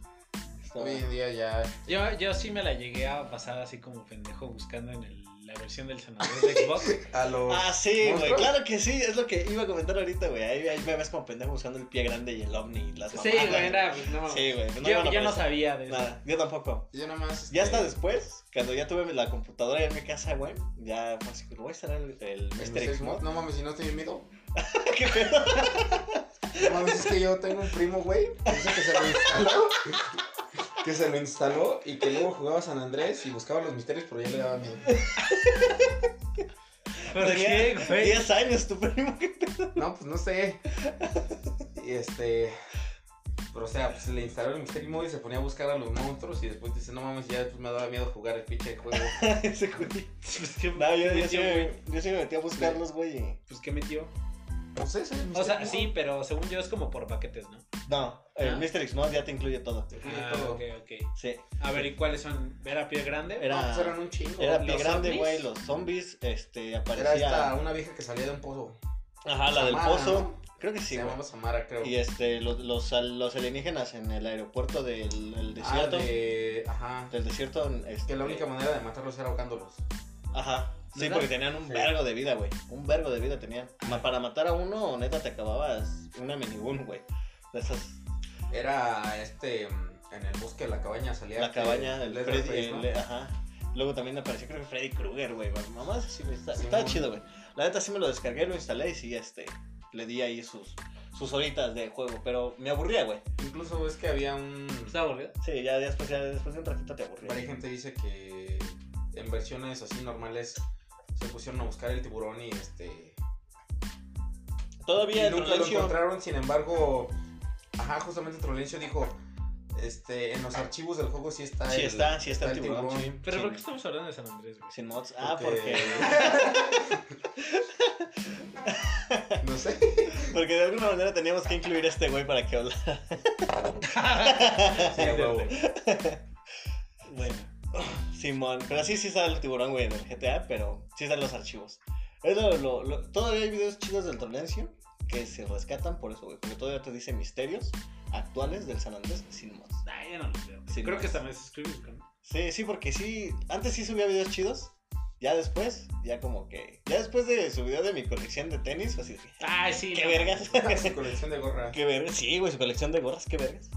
A: Estaba-
B: Hoy en día ya.
C: Yo, yo sí me la llegué a pasar así como pendejo buscando en el- la versión del San Andrés de Xbox.
B: A los.
A: Ah, sí, güey,
B: ¿Monstruos?
A: claro que sí, es lo que iba a comentar ahorita, güey. Ahí, ahí me ves como pendejo buscando el pie grande y el ovni, y las
C: sí,
A: mamadas,
C: güey, era, pues no.
A: Sí, güey. pues
C: yo
A: iban a
C: yo no
A: aparecer.
C: sabía de eso.
A: Nada, yo tampoco.
B: Yo nada más.
A: Ya
B: este,
A: hasta después, cuando ya tuve la computadora ya en mi casa, güey, ya fue así, como, voy a instalar el, el
B: el
A: Mr.
B: Mystery
A: X
B: X mod.
A: Mod.
B: No mames, si no te dio miedo.
A: ¿Qué pedo?
B: No mames, es que yo tengo un primo, güey. que Dice que se lo instaló. Que se lo instaló y que luego jugaba San Andrés y buscaba los misterios, pero ya le daba miedo.
C: ¿Por qué,
A: Tenía
C: güey?
A: 10 años, tu primo. ¿qué pedo?
B: No, pues no sé. Y este. Pero o sea, pues le instaló el Mystery Mode y se ponía a buscar a los monstruos y después dice, no mames, ya pues, me daba miedo jugar el pinche juego.
A: Ese güey.
C: Pues, ¿qué
A: No, yo, yo, sí
C: metió, güey?
A: me, yo sí me metí a buscarlos, güey. y-
C: Pues qué metió.
B: No sé, ese es el
C: O sea,
B: Mystery
C: sí,
B: Mode.
C: pero según yo es como por paquetes, ¿no?
A: No, el
C: ¿Ah?
A: Mr. X Mod ya te incluye todo.
B: Incluye todo.
C: ok, ok.
A: Sí.
C: A ver, ¿y cuáles son? ¿Era pie grande?
A: Era-
B: No, pues eran un chingo.
A: Era
B: Era,
A: pie
C: los
A: grande,
C: zombies.
A: güey, los zombies, este, aparecía...
B: esta, una vieja que salía de un pozo.
A: Ajá, Ah, la del
B: Samara,
A: pozo.
B: ¿no?
A: Creo que sí,
B: se
A: güey.
B: llamaba Samara, creo.
A: Y este, los, los, los alienígenas en el aeropuerto del el
B: ah,
A: desierto.
B: de... Ajá.
A: Del desierto. Este,
B: Que la única manera de matarlos era ahogándolos.
A: Ajá. Sí,
C: ¿Neta?
A: porque tenían un
B: Sí.
A: vergo de vida, güey. Un vergo de vida tenían. Ma- Para matar a uno, neta, te acababas una minigun, güey. De esas.
B: Era este mm, en el bosque de la cabaña salía
A: la
B: este
A: cabaña, el
B: Leatherface,
A: Freddy.
B: ¿no?
A: el- ajá. Luego también apareció, creo que Freddy Krueger, güey. Mamá, sí, güey, está,
B: Sí,
A: estaba
B: mon.
A: chido, güey. La neta sí me lo descargué, lo instalé y sí, este. Le di ahí sus, sus horitas de juego. Pero me aburría, güey.
B: Incluso es que había un
C: ¿Está aburrido?
A: Sí, ya después, ya después de un ratito te aburría.
B: varias gente dice que en versiones así normales se pusieron a buscar el tiburón y este y
A: Todavía
B: nunca lo
A: Trolencio-
B: encontraron, sin embargo, ajá, justamente Trolencio dijo Este, en los archivos del juego sí está.
A: Sí
B: el-
A: está, sí está el tiburón, sí.
C: Pero
B: Sí.
C: ¿por qué estamos hablando de San Andrés, güey?
A: Sin mods. Ah,
B: Porque-
A: porque.
B: No sé.
A: Porque de alguna manera teníamos que incluir a este güey para que hablara.
B: Sí, a huevo.
A: Bueno, Simón, pero sí, sí está el tiburón, güey, en el GTA, pero sí están los archivos. Es lo- lo- lo- todavía hay videos chidos del Torrencio que se rescatan por eso, güey, porque todavía te dice misterios actuales del San Andrés sin mods.
C: Nah, ya no los veo.
A: Sí,
C: Creo
A: no.
C: que hasta me suscribí. con-
A: Sí, sí, porque sí, antes sí subía videos chidos, ya después, ya como que, ya después de su video de mi colección de tenis, fue así, de,
C: Ay, sí.
A: qué
C: no.
A: vergas,
B: Su colección de gorra.
A: qué vergas, sí, güey, su colección de gorras, qué vergas.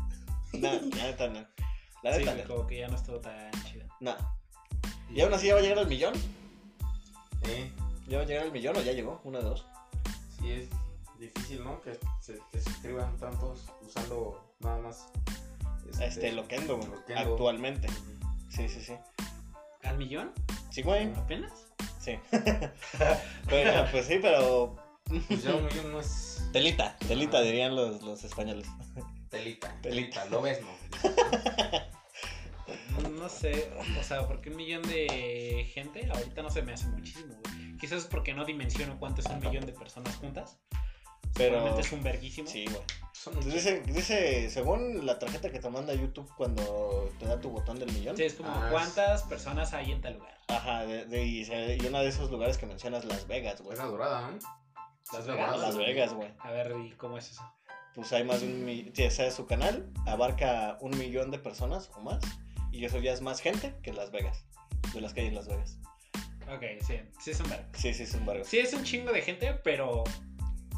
A: No, la neta no, la
C: Sí,
A: neta
C: güey,
A: no,
C: como que ya no estuvo tan chido.
A: no. Y aún así ya va a llegar al millón,
B: Eh,
A: ya va a llegar al millón o ya llegó, una de dos.
B: sí, es difícil, ¿no? Que se que suscriban tantos usando nada más.
A: Este, Loquendo, güey,
B: Loquendo.
A: actualmente. Sí, sí, sí.
C: ¿Al millón?
A: Sí, güey,
C: ¿Apenas?
A: sí. Bueno, pues sí, pero...
B: Pues ya un millón no es
A: Telita, telita dirían los, los españoles.
B: telita.
A: Telita.
B: Lo ves, ¿no?
C: No sé. O sea, porque un millón de gente ahorita no se me hace muchísimo, güey. Quizás es porque no dimensiono cuánto es un millón de personas juntas.
A: Pero-
C: Realmente es un verguísimo.
A: Sí, güey.
B: Son
A: Entonces
B: muchos.
A: dice, dice, según la tarjeta que te manda YouTube cuando te da tu botón del millón.
C: Sí, es como
B: Ah,
C: cuántas personas hay en tal lugar.
A: Ajá, de, de- y, se- y uno de esos lugares que mencionas, Las Vegas, güey.
B: Buena dorada, ¿eh?
C: Las Vegas.
B: Buena dorada.
A: Las Vegas, güey.
C: A ver, ¿y cómo es eso?
A: Pues hay más de un millón. su canal abarca un millón de personas o más. Y eso ya es más gente que Las Vegas. De las que hay en Las Vegas.
C: Ok, sí. Sí es un vergo.
A: Sí, sí, sin embargo.
C: Sí es un chingo de gente, pero...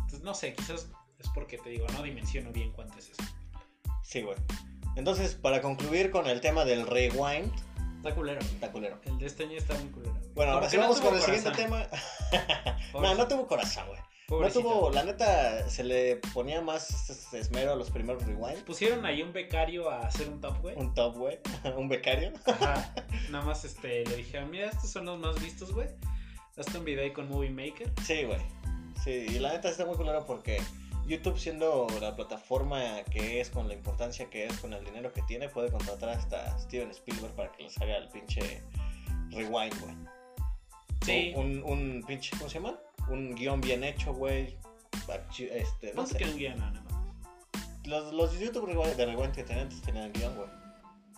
C: pues, no sé, quizás es porque te digo, no dimensiono bien cuánto es eso.
A: Sí, güey. Entonces, para concluir con el tema del rewind,
C: Está culero. güey.
A: está culero.
C: El de este año está muy culero. güey.
A: Bueno, ahora
C: Como
A: sí
C: que no
A: vamos
C: tuvo
A: con el siguiente
C: corazón.
A: tema. no,
C: Pobrecito.
A: no tuvo corazón, güey. No
C: Pobrecito.
A: tuvo, la neta, se le ponía más es- esmero a los primeros rewind.
C: Pusieron ahí un becario a hacer un top, güey.
A: Un top, güey. Un becario.
C: Ajá. Nada más este, le dijeron, mira, estos son los más vistos, güey. Hazte un video ahí con Movie Maker.
A: Sí, güey. Sí, y la neta está muy culero porque YouTube, siendo la plataforma que es, con la importancia que es, con el dinero que tiene, puede contratar hasta Steven Spielberg para que les haga el pinche rewind, güey.
C: Sí.
A: O Un, un pinche, ¿cómo se llama? Un guión bien hecho, güey. Archi- Este, no
C: Ponte
A: sé.
C: que un guión, no, no.
A: Los, los YouTube rewind- de rewind que tenían antes tenían guión, güey.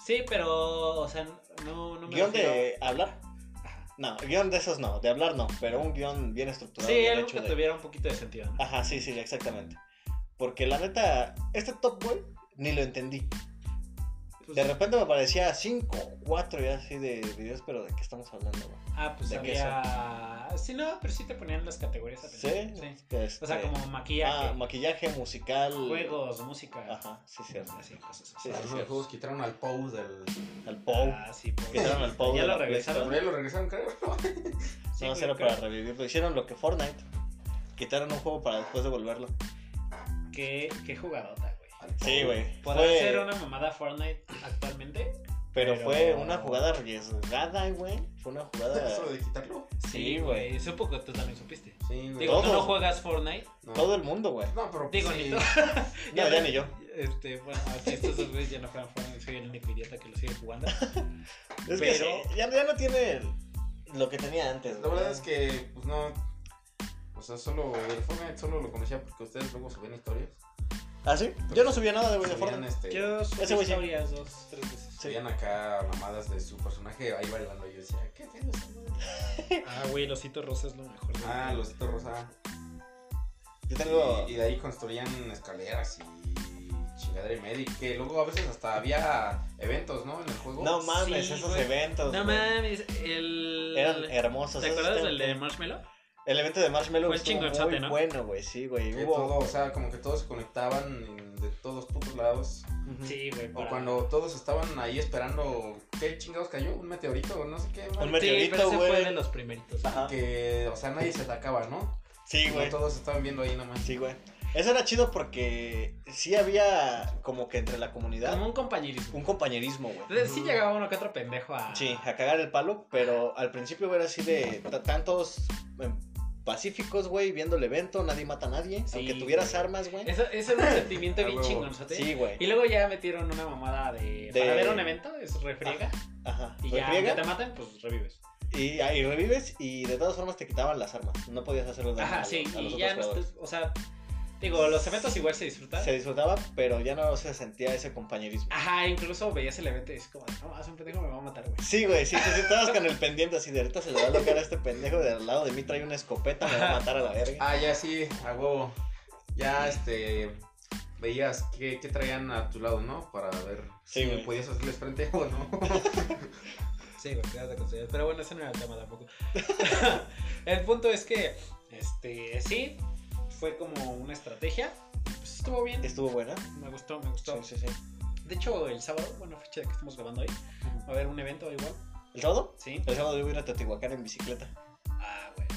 C: Sí, pero, o sea, no, no me
A: ¿Guión
C: refiero-
A: de hablar? No, guión de esos no, de hablar no, pero un guión bien estructurado.
C: Sí,
A: bien
C: algo
A: hecho
C: que
A: de- Ah,
C: tuviera un poquito de sentido, ¿no?
A: Ajá, sí, sí, exactamente. Porque la neta, este top, güey, ni lo entendí.
C: Pues-
A: De repente me parecía 5, 4 y así de videos, pero ¿de qué estamos hablando, güey?
C: ah, pues
A: ¿de qué
C: había... Sí, no, pero sí te ponían las categorías a
A: Sí,
C: pensar, sí.
A: este,
C: O sea, como maquillaje,
A: ah, maquillaje musical.
C: juegos, música.
A: Ajá, sí, cierto.
C: Así, cosas así.
A: Sí,
B: Algunos
A: sí.
B: juegos quitaron al Pose del.
A: El Pou.
C: Ah, sí, pobre.
A: Quitaron al Pou.
C: ¿Ya
A: de
C: lo
A: la Play
C: regresaron?
A: Store.
B: Pero ya lo regresaron, creo.
C: Sí,
A: no,
C: güey,
A: eso era
C: creo
A: para revivirlo. Hicieron lo que Fortnite. Quitaron un juego para después devolverlo.
C: que- Qué jugadota, güey.
A: Sí, güey.
C: Podrá
A: Fue-
C: ser una mamada Fortnite actualmente.
A: Pero,
C: pero-
A: fue una jugada arriesgada, güey. Fue una jugada.
B: Eso de quitarlo.
A: Sí, güey.
C: Eso poco tú también supiste.
B: Sí, güey.
C: Digo, tú no
A: Todos.
C: juegas Fortnite.
B: No.
A: Todo el mundo, güey.
B: No, pero. pues
C: Digo,
B: sí.
C: ni tú.
A: No, ya ni yo.
C: Este, bueno, aquí estos dos güeyes ya no juegan Fortnite. Soy el único idiota que lo sigue jugando.
A: Es
C: Pero-
A: que sí, ya, ya no tiene el- lo que tenía antes.
B: La
A: güey.
B: verdad es que, pues no. O sea, solo. El Fortnite solo lo conocía porque ustedes luego subían historias.
A: ¿Ah, sí? Yo no subía nada de Way
B: Subían, este,
C: Yo subí
A: Ese güey sí.
C: historias dos, tres veces.
B: subían acá mamadas de su personaje ahí bailando. Y yo decía, ¿qué pedo esa madre?
C: Ah, güey, el osito rosa es lo mejor. del
B: Ah,
C: mundo.
B: los Tito Rosa.
A: Yo tengo.
B: este, Y, y de ahí construían escaleras y chingadera y media. y Que luego a veces hasta había eventos, ¿no? En el juego.
A: No mames,
C: Sí,
A: esos
C: güey.
A: eventos.
C: No
A: güey,
C: mames, el.
A: Eran hermosos.
C: ¿Te
A: esos
C: acuerdas del
A: eventos.
C: de Marshmallow?
A: El evento de Marshmallow
C: Fue
A: estuvo
C: chingonzote,
A: muy
C: ¿no?
A: bueno, güey. Sí, güey.
B: Que
A: Hubo.
B: todo, o sea, como que todos se conectaban en- de todos putos lados.
A: Ujú.
C: Sí, güey.
B: O
C: para-
B: cuando todos estaban ahí esperando, ¿qué chingados cayó? ¿Un meteorito o no sé qué? madre?
A: Un
C: Sí, pero
A: meteorito,
C: ese fue
A: güey.
C: de los primeritos.
A: Ajá.
B: Que, o sea, nadie se atacaba, ¿no?
A: Sí,
B: Sino
A: güey.
B: todos estaban viendo ahí nomás.
A: Sí, güey. Eso era chido porque sí había como que entre la
C: Como
A: comunidad
C: un compañerismo.
A: un compañerismo, güey.
C: Entonces, Sí llegaba uno que otro pendejo a...
A: Sí, a cagar el palo, pero al principio era así de ta- tantos em, pacíficos, güey, viendo el evento, nadie mata a nadie,
C: Sí,
A: aunque tuvieras
C: güey.
A: armas, güey.
C: Eso, eso es un sentimiento
B: A
C: bien
B: huevo.
C: chingonzote.
A: Sí, güey.
C: Y luego ya metieron una mamada de.
A: De-
C: Para ver un evento, es refriega.
A: Ajá.
C: Y ya,
A: Refriega,
C: ya te matan, pues revives.
A: y, ah, y revives y de todas formas te quitaban las armas. No podías hacerlo daño a
C: Ajá,
A: los- a
C: sí.
A: los
C: Y
A: otros
C: ya no
A: jugadores.
C: estás- O sea, digo, los eventos igual se disfrutan.
A: Se disfrutaba, pero ya no se sentía ese compañerismo.
C: Ajá, incluso veías el evento y dices, como, no, es un pendejo me va a matar, güey.
A: Sí, güey, sí, sí, sí, estabas con el pendiente así de ahorita se le va a tocar a este pendejo de al lado de mí trae una escopeta, me va a matar a la verga.
B: Ah, ya sí, a huevo. Ya este veías qué, qué traían a tu lado, ¿no? Para ver
A: Sí,
B: si
A: güey.
B: podías hacerles frente o no.
C: Sí, güey, te das de conseguir. Pero bueno, ese no era el tema tampoco. el punto es que, este, sí, fue como una estrategia. Pues estuvo bien.
A: Estuvo buena.
C: Me gustó, me gustó.
A: Sí, sí, sí.
C: De hecho, el sábado, bueno, fecha que estamos grabando hoy, va a haber un evento igual.
A: ¿El sábado?
C: Sí.
A: El sábado yo voy a ir a Teotihuacán en bicicleta.
C: Ah, güey.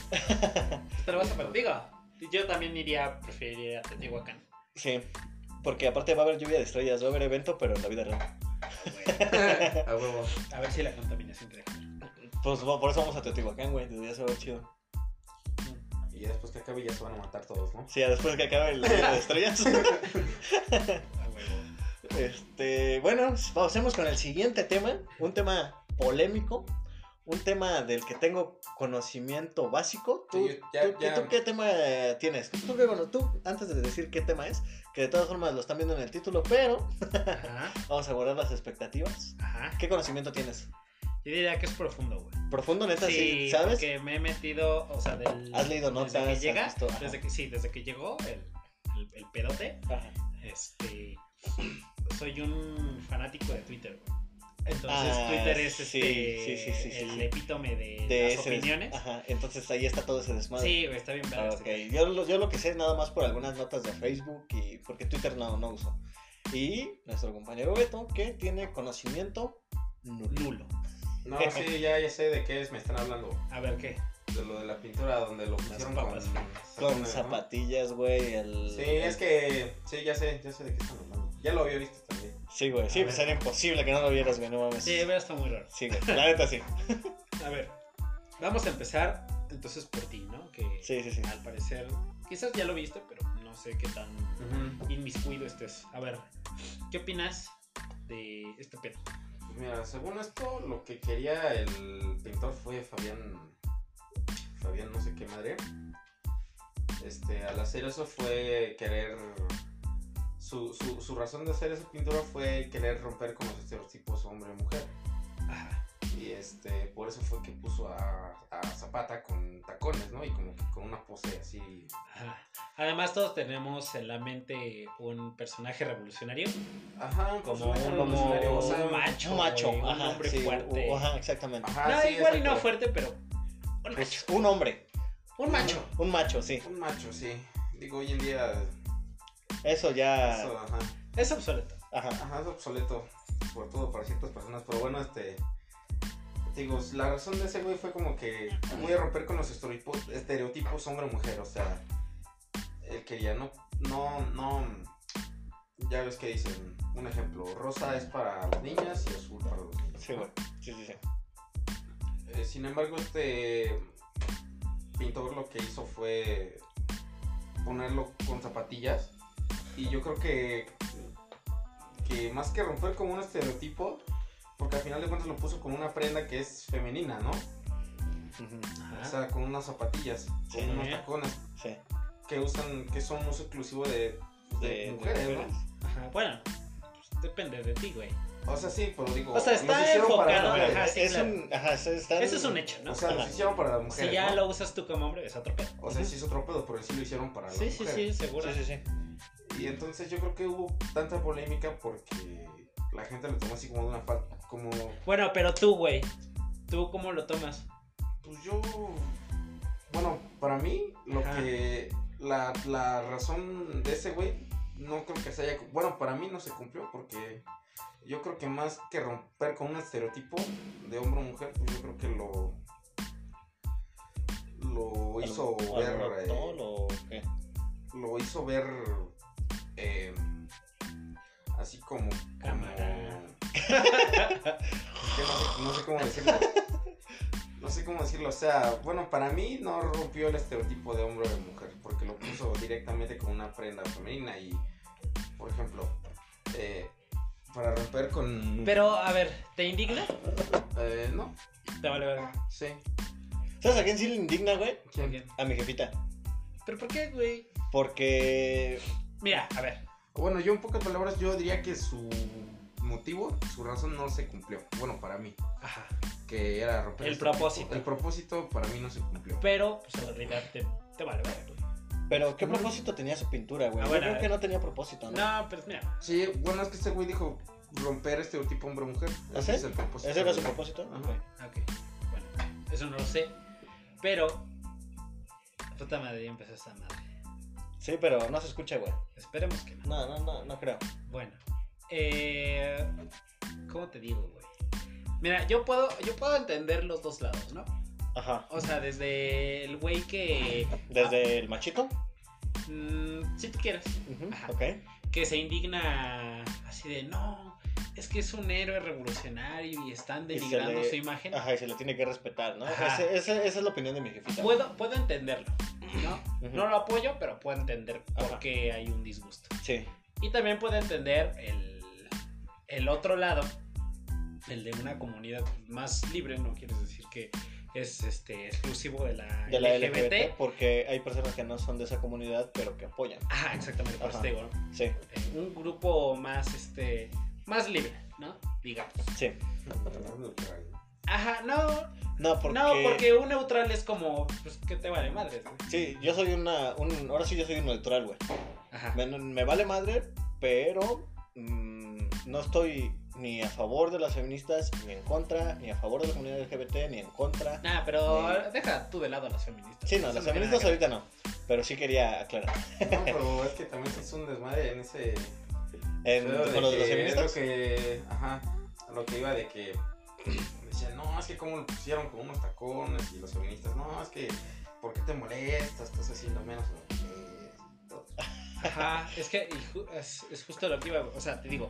C: Te lo vas a perder. Digo, yo también iría, preferiría Teotihuacán.
A: Sí. Porque aparte va a haber lluvia de estrellas, va a haber evento, pero en la vida real.
C: Güey.
B: a huevo.
C: A ver si la contaminación te deja.
A: Pues va- por eso vamos a Teotihuacán, güey. Desde ya se va a ver chido.
B: Y ya después que acabe ya se van a matar todos, ¿no?
A: Sí, ya después que acabe la lluvia de estrellas.
C: Ah, güey.
A: este, bueno, pasemos con el siguiente tema. Un tema polémico. Un tema del que tengo conocimiento básico. ¿Tú,
B: Sí, ya-
A: tú-
B: ya.
A: tú qué tema eh, tienes? Tú, qué- bueno, tú, antes de decir qué tema es, que de todas formas lo están viendo en el título, pero
C: Ajá,
A: vamos a guardar las expectativas.
C: ajá.
A: ¿Qué conocimiento tienes?
C: Yo diría que es profundo, güey.
A: Profundo, neta, sí,
C: Sí,
A: ¿sabes?
C: porque me he metido, o sea, del...
A: Has leído
C: Desde
A: notas,
C: que
A: has
C: llega,
A: visto, ajá.
C: desde que, sí, desde que llegó el, el, el pedote,
A: Ajá.
C: este... Soy un fanático de Twitter, güey. Entonces
A: Ah,
C: Twitter es
A: sí,
C: este,
A: sí, sí, sí, sí,
C: el
A: sí.
C: epítome de,
A: de
C: las
A: ese des-
C: opiniones.
A: Ajá, entonces ahí está todo ese desmadre.
C: Sí, güey, está bien
A: Ah,
C: verga este
A: ok. Yo, lo- yo lo que sé nada más por algunas notas de Facebook y porque Twitter no, no uso. Y nuestro compañero Beto que tiene conocimiento nulo.
C: Nulo.
B: No, sí, ya, ya sé de qué es, me están hablando.
C: A ver qué.
B: De lo de la pintura donde lo pusieron
C: papas.
A: Con
B: ¿no?
A: zapatillas, güey. El...
B: Sí, es que. Sí, ya sé, ya sé de qué están hablando. Ya lo había visto también.
A: Sí, güey. Sí,
C: A
A: pues
C: ver.
A: era imposible que no lo vieras, güey. No mames.
C: Sí, pero está muy raro.
A: Sí, güey. La neta sí.
C: A ver, vamos a empezar entonces por ti, ¿no? Que
A: Sí, sí, sí.
C: al parecer, quizás ya lo viste, pero no sé qué tan inmiscuido estés. A ver, ¿qué opinas de este pedo?
B: Pues Mira, según esto, lo que quería el pintor fue Fabián. Fabián, no sé qué madre. Este, al hacer eso fue querer. Su, su, su razón de hacer esa pintura fue querer romper con los estereotipos hombre-mujer.
C: Ajá.
B: Y este, por eso fue que puso a, a Zapata con tacones, ¿no? Y como que con una pose así.
C: ajá. Además, todos tenemos en la mente un personaje revolucionario,
B: Ajá, un
C: como
B: personaje
C: un,
B: revolucionario,
C: como
B: o sea,
C: un macho,
A: Un macho.
C: güey, un
A: ajá,
C: hombre
A: sí,
C: fuerte.
A: u- Ajá, exactamente.
B: Ajá, Ah,
C: No,
B: sí,
C: igual y no
B: exacto.
C: fuerte, pero un macho.
A: Pues, un hombre.
C: Un macho.
A: Un macho, sí.
B: Un macho, sí. Digo, hoy en día.
A: Eso
C: Ah.
A: ya.
B: Eso, ajá.
C: Es obsoleto.
A: Ajá.
B: Ajá, es obsoleto, sobre todo para ciertas personas, pero bueno, este... te Digo, la razón de ese güey fue como que voy a romper con los estereotipos, estereotipos hombre-mujer, o sea, él quería, no, no, no, ya ves que dicen, un ejemplo, rosa es para las niñas y azul para los niños.
A: Sí, güey. Sí, sí, sí.
B: Eh, sin embargo, este pintor lo que hizo fue ponerlo con zapatillas. Y yo creo que, que más que romper como un estereotipo, porque al final de cuentas lo puso con una prenda que es femenina, ¿no?
A: Ujú,
C: Ajá.
B: O sea, con unas zapatillas, con
A: Sí.
B: unos tacones
A: Sí.
B: que usan, que son uso exclusivo de, de
A: De- de
B: mujeres,
A: mujeres.
B: ¿no?
C: Ajá, Bueno, pues, depende de ti, güey.
B: O sea, sí, pero digo,
C: O sea,
B: los
C: está
B: hicieron para
C: enfocado,
B: mujeres.
C: ajá. sí,
A: es
C: claro.
A: un. Ajá, es- están-
C: Eso es un hecho, ¿no?
B: O sea, los
A: Ajá.
B: hicieron para las mujeres.
C: Si ya
B: ¿no?
C: lo usas tú como hombre, es otro pedo.
B: O sea, sí es otro pedo, pero sí lo hicieron para las
C: Sí, sí,
B: mujeres.
C: sí, seguro.
A: Sí, sí, sí.
B: Y entonces yo creo que hubo tanta polémica porque la gente lo tomó así como de una falta. Como,
C: Bueno, pero tú, güey, ¿tú cómo lo tomas?
B: pues yo. Bueno, para mí, lo
C: Ajá.
B: que. La, la razón de ese güey, no creo que se haya. Bueno, para mí no se cumplió porque yo creo que más que romper con un estereotipo de hombre o mujer, pues yo creo que lo. Lo hizo ver.
A: ¿Alborotó
B: eh,
A: o qué?
B: lo hizo ver eh, así como como-
C: Cámara.
B: Es que no, sé, no sé cómo decirlo. No no sé cómo decirlo, o sea, bueno, para mí no rompió el estereotipo de hombre o de mujer, porque lo puso directamente con una prenda femenina y, por ejemplo, eh, para romper con...
D: Pero, a ver, ¿te indigna?
B: Eh, no,
C: Te vale verga.
B: sí.
A: ¿Sabes a quién sí le indigna, güey?
B: ¿Quién?
C: Bien.
A: A mi jefita.
D: ¿Pero por qué, güey?
A: Porque
C: Mira, a ver.
B: Bueno, yo en pocas palabras yo diría que su motivo, su razón no se cumplió. Bueno, para mí,
C: Ajá.
B: que era romper
D: El
B: estereotipo.
D: propósito.
B: El propósito para mí no se cumplió.
D: Pero, pues en realidad te, te vale verga, güey.
A: Pero, ¿qué propósito tenía su pintura, güey?
C: Ah,
A: Yo
C: bueno,
A: creo
C: eh.
A: que no tenía propósito, ¿no?
C: No, pero mira.
B: Sí, bueno, es que este güey dijo romper este estereotipo hombre-mujer.
A: ¿Ah,
B: Ese
A: sí?
B: es el propósito.
A: ¿Ese era
B: de
A: su
B: la-
A: propósito?
B: Ajá.
C: Bueno, ok. Bueno, eso no lo sé. Pero. Puta madre, ya empezó esta madre.
A: Sí, pero no se escucha, güey.
C: Esperemos que no.
A: No, no, no, no creo.
C: Bueno. Eh, ¿Cómo te digo, güey? Mira, yo puedo, yo puedo entender los dos lados, ¿no?
A: Ajá.
C: O sea, desde el güey que.
A: ¿Desde el machito?
C: mm, si tú quieres.
A: Ujú,
C: Ajá.
A: Ok.
C: que se indigna así de no, es que es un héroe revolucionario y están
A: Y se
C: denigrando
A: le-
C: su imagen.
A: Ajá, y se le tiene que respetar, ¿no?
C: Ajá.
A: Ese- ese- esa es la opinión de mi jefita.
C: Puedo, puedo entenderlo, ¿no?
A: Ujú.
C: No lo apoyo, pero puedo entender por
A: Ajá.
C: qué hay un disgusto.
A: Sí.
C: Y también puedo entender el, el otro lado, el de una comunidad más libre, no quieres decir que es este exclusivo de la,
A: De la LGBT, porque hay personas que no son de esa comunidad, pero que apoyan.
C: Ajá, exactamente, por eso
A: Ajá.
C: te digo, ¿no?
A: Sí,
C: Eh, Un grupo más, este, más libre, ¿no? Digamos.
A: sí.
C: Ajá, no,
A: No, porque...
C: No, porque un neutral es como, pues, que te vale madres, güey?
A: Sí, yo soy una... Un... Ahora sí yo soy un neutral, güey.
C: Ajá.
A: Me, me vale madre, pero mm, no estoy ni a favor de las feministas, ni en contra, ni a favor de la comunidad LGBT, ni en contra.
C: Nah, pero
A: Sí.
C: deja tú de lado a las feministas.
A: Sí, no,
C: Eso
A: las
C: tiene
A: feministas
C: nada que
A: ahorita no, pero sí quería aclarar.
B: No, pero es que también se hizo un desmadre en ese.
A: En,
B: pedo de
A: con lo de las
B: que es
A: feministas,
B: Lo que, ajá, a lo que iba de que. Decían, no, es que como lo pusieron con unos tacones y los feministas, no, es que. ¿Por qué te molestas? Estás haciendo menos. a las mujeres y todo".
C: ver. Ajá, es que y ju- es, es justo lo que iba, o sea, te digo.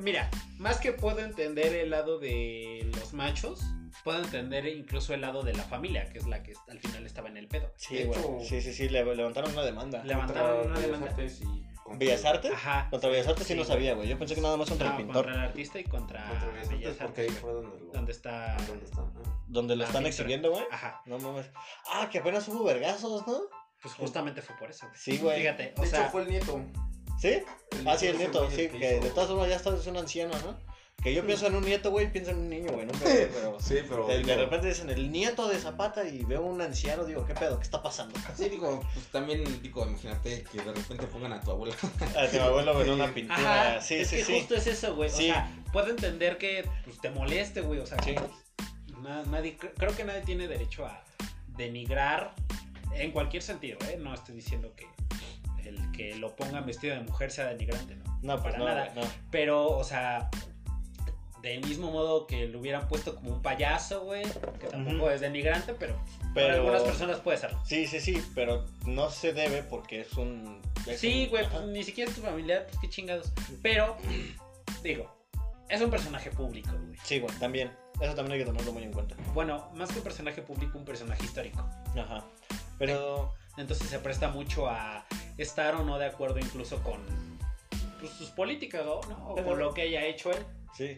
C: Mira, más que puedo entender el lado de los machos, puedo entender incluso el lado de la familia, que es la que al final estaba en el pedo.
A: Sí,
B: De
A: güey.
B: hecho-
A: Sí, sí, sí, le levantaron una demanda.
C: Le- Levantaron
B: Contra
C: una
B: Bellas
C: demanda.
B: Artes y contra-
A: ¿Bellas Artes?
C: Ajá.
A: Contra Bellas Artes sí,
C: Sí,
A: no
C: güey.
A: sabía, güey. Yo pensé que nada más contra
C: No,
A: el pintor,
C: contra el artista y contra,
B: Contra Bellas Artes,
C: Ah, Bellas
B: porque ahí
C: Artes,
B: fue donde lo.
C: güey, donde está...
B: donde está, ajá.
A: donde lo
C: la
A: están
C: pintura.
A: exhibiendo, güey.
C: Ajá,
A: No mames. Ah, que apenas hubo vergazos, ¿no?
C: pues justamente fue por eso. güey.
A: Sí, güey.
C: Fíjate, o
B: De
C: sea...
B: hecho, fue el nieto.
A: ¿Sí? Ah, sí, el
B: de ese
A: nieto,
B: güey
A: sí,
B: el
A: que de
B: hizo-
A: todas formas ya está, es un anciano, ¿no? Que yo pienso en un nieto, güey, pienso en un niño, güey, nunca, güey, pero...
B: Sí, pero.
A: De, de
B: digo,
A: repente dicen el nieto de Zapata y veo un anciano, digo, ¿qué pedo? ¿Qué está pasando?
B: Sí, digo, pues también, digo, imagínate que de repente pongan a tu abuela.
A: Ah, mi abuelo en una pintura.
C: Ajá,
A: sí,
C: es
A: sí,
C: que
A: sí.
C: justo es eso, güey.
A: Sí.
C: O sea, puedo entender que pues, te moleste, güey. O sea,
A: Sí.
C: que na- nadie, cre- creo que nadie tiene derecho a denigrar en cualquier sentido, ¿eh? No estoy diciendo que el que lo pongan vestido de mujer sea denigrante, ¿no?
A: No, pues
C: para
A: no,
C: nada.
A: güey, no.
C: Pero, o sea, del mismo modo que lo hubieran puesto como un payaso, güey, que tampoco
A: Ujú.
C: es denigrante, pero, para
A: Pero...
C: algunas personas puede serlo.
A: Sí, sí, sí, pero no se debe porque es un... es
C: Sí,
A: un-
C: güey,
A: ajá.
C: pues, ni siquiera es tu familiar, pues qué chingados. Pero, digo, es un personaje público, güey.
A: Sí, güey, también. Eso también hay que tomarlo muy en cuenta.
C: Bueno, más que un personaje público, un personaje histórico.
A: Ajá. Pero...
C: Entonces se presta mucho a estar o no de acuerdo incluso con pues, sus políticas, ¿no? ¿no? O
A: Pero-
C: con lo que haya hecho él.
A: Sí.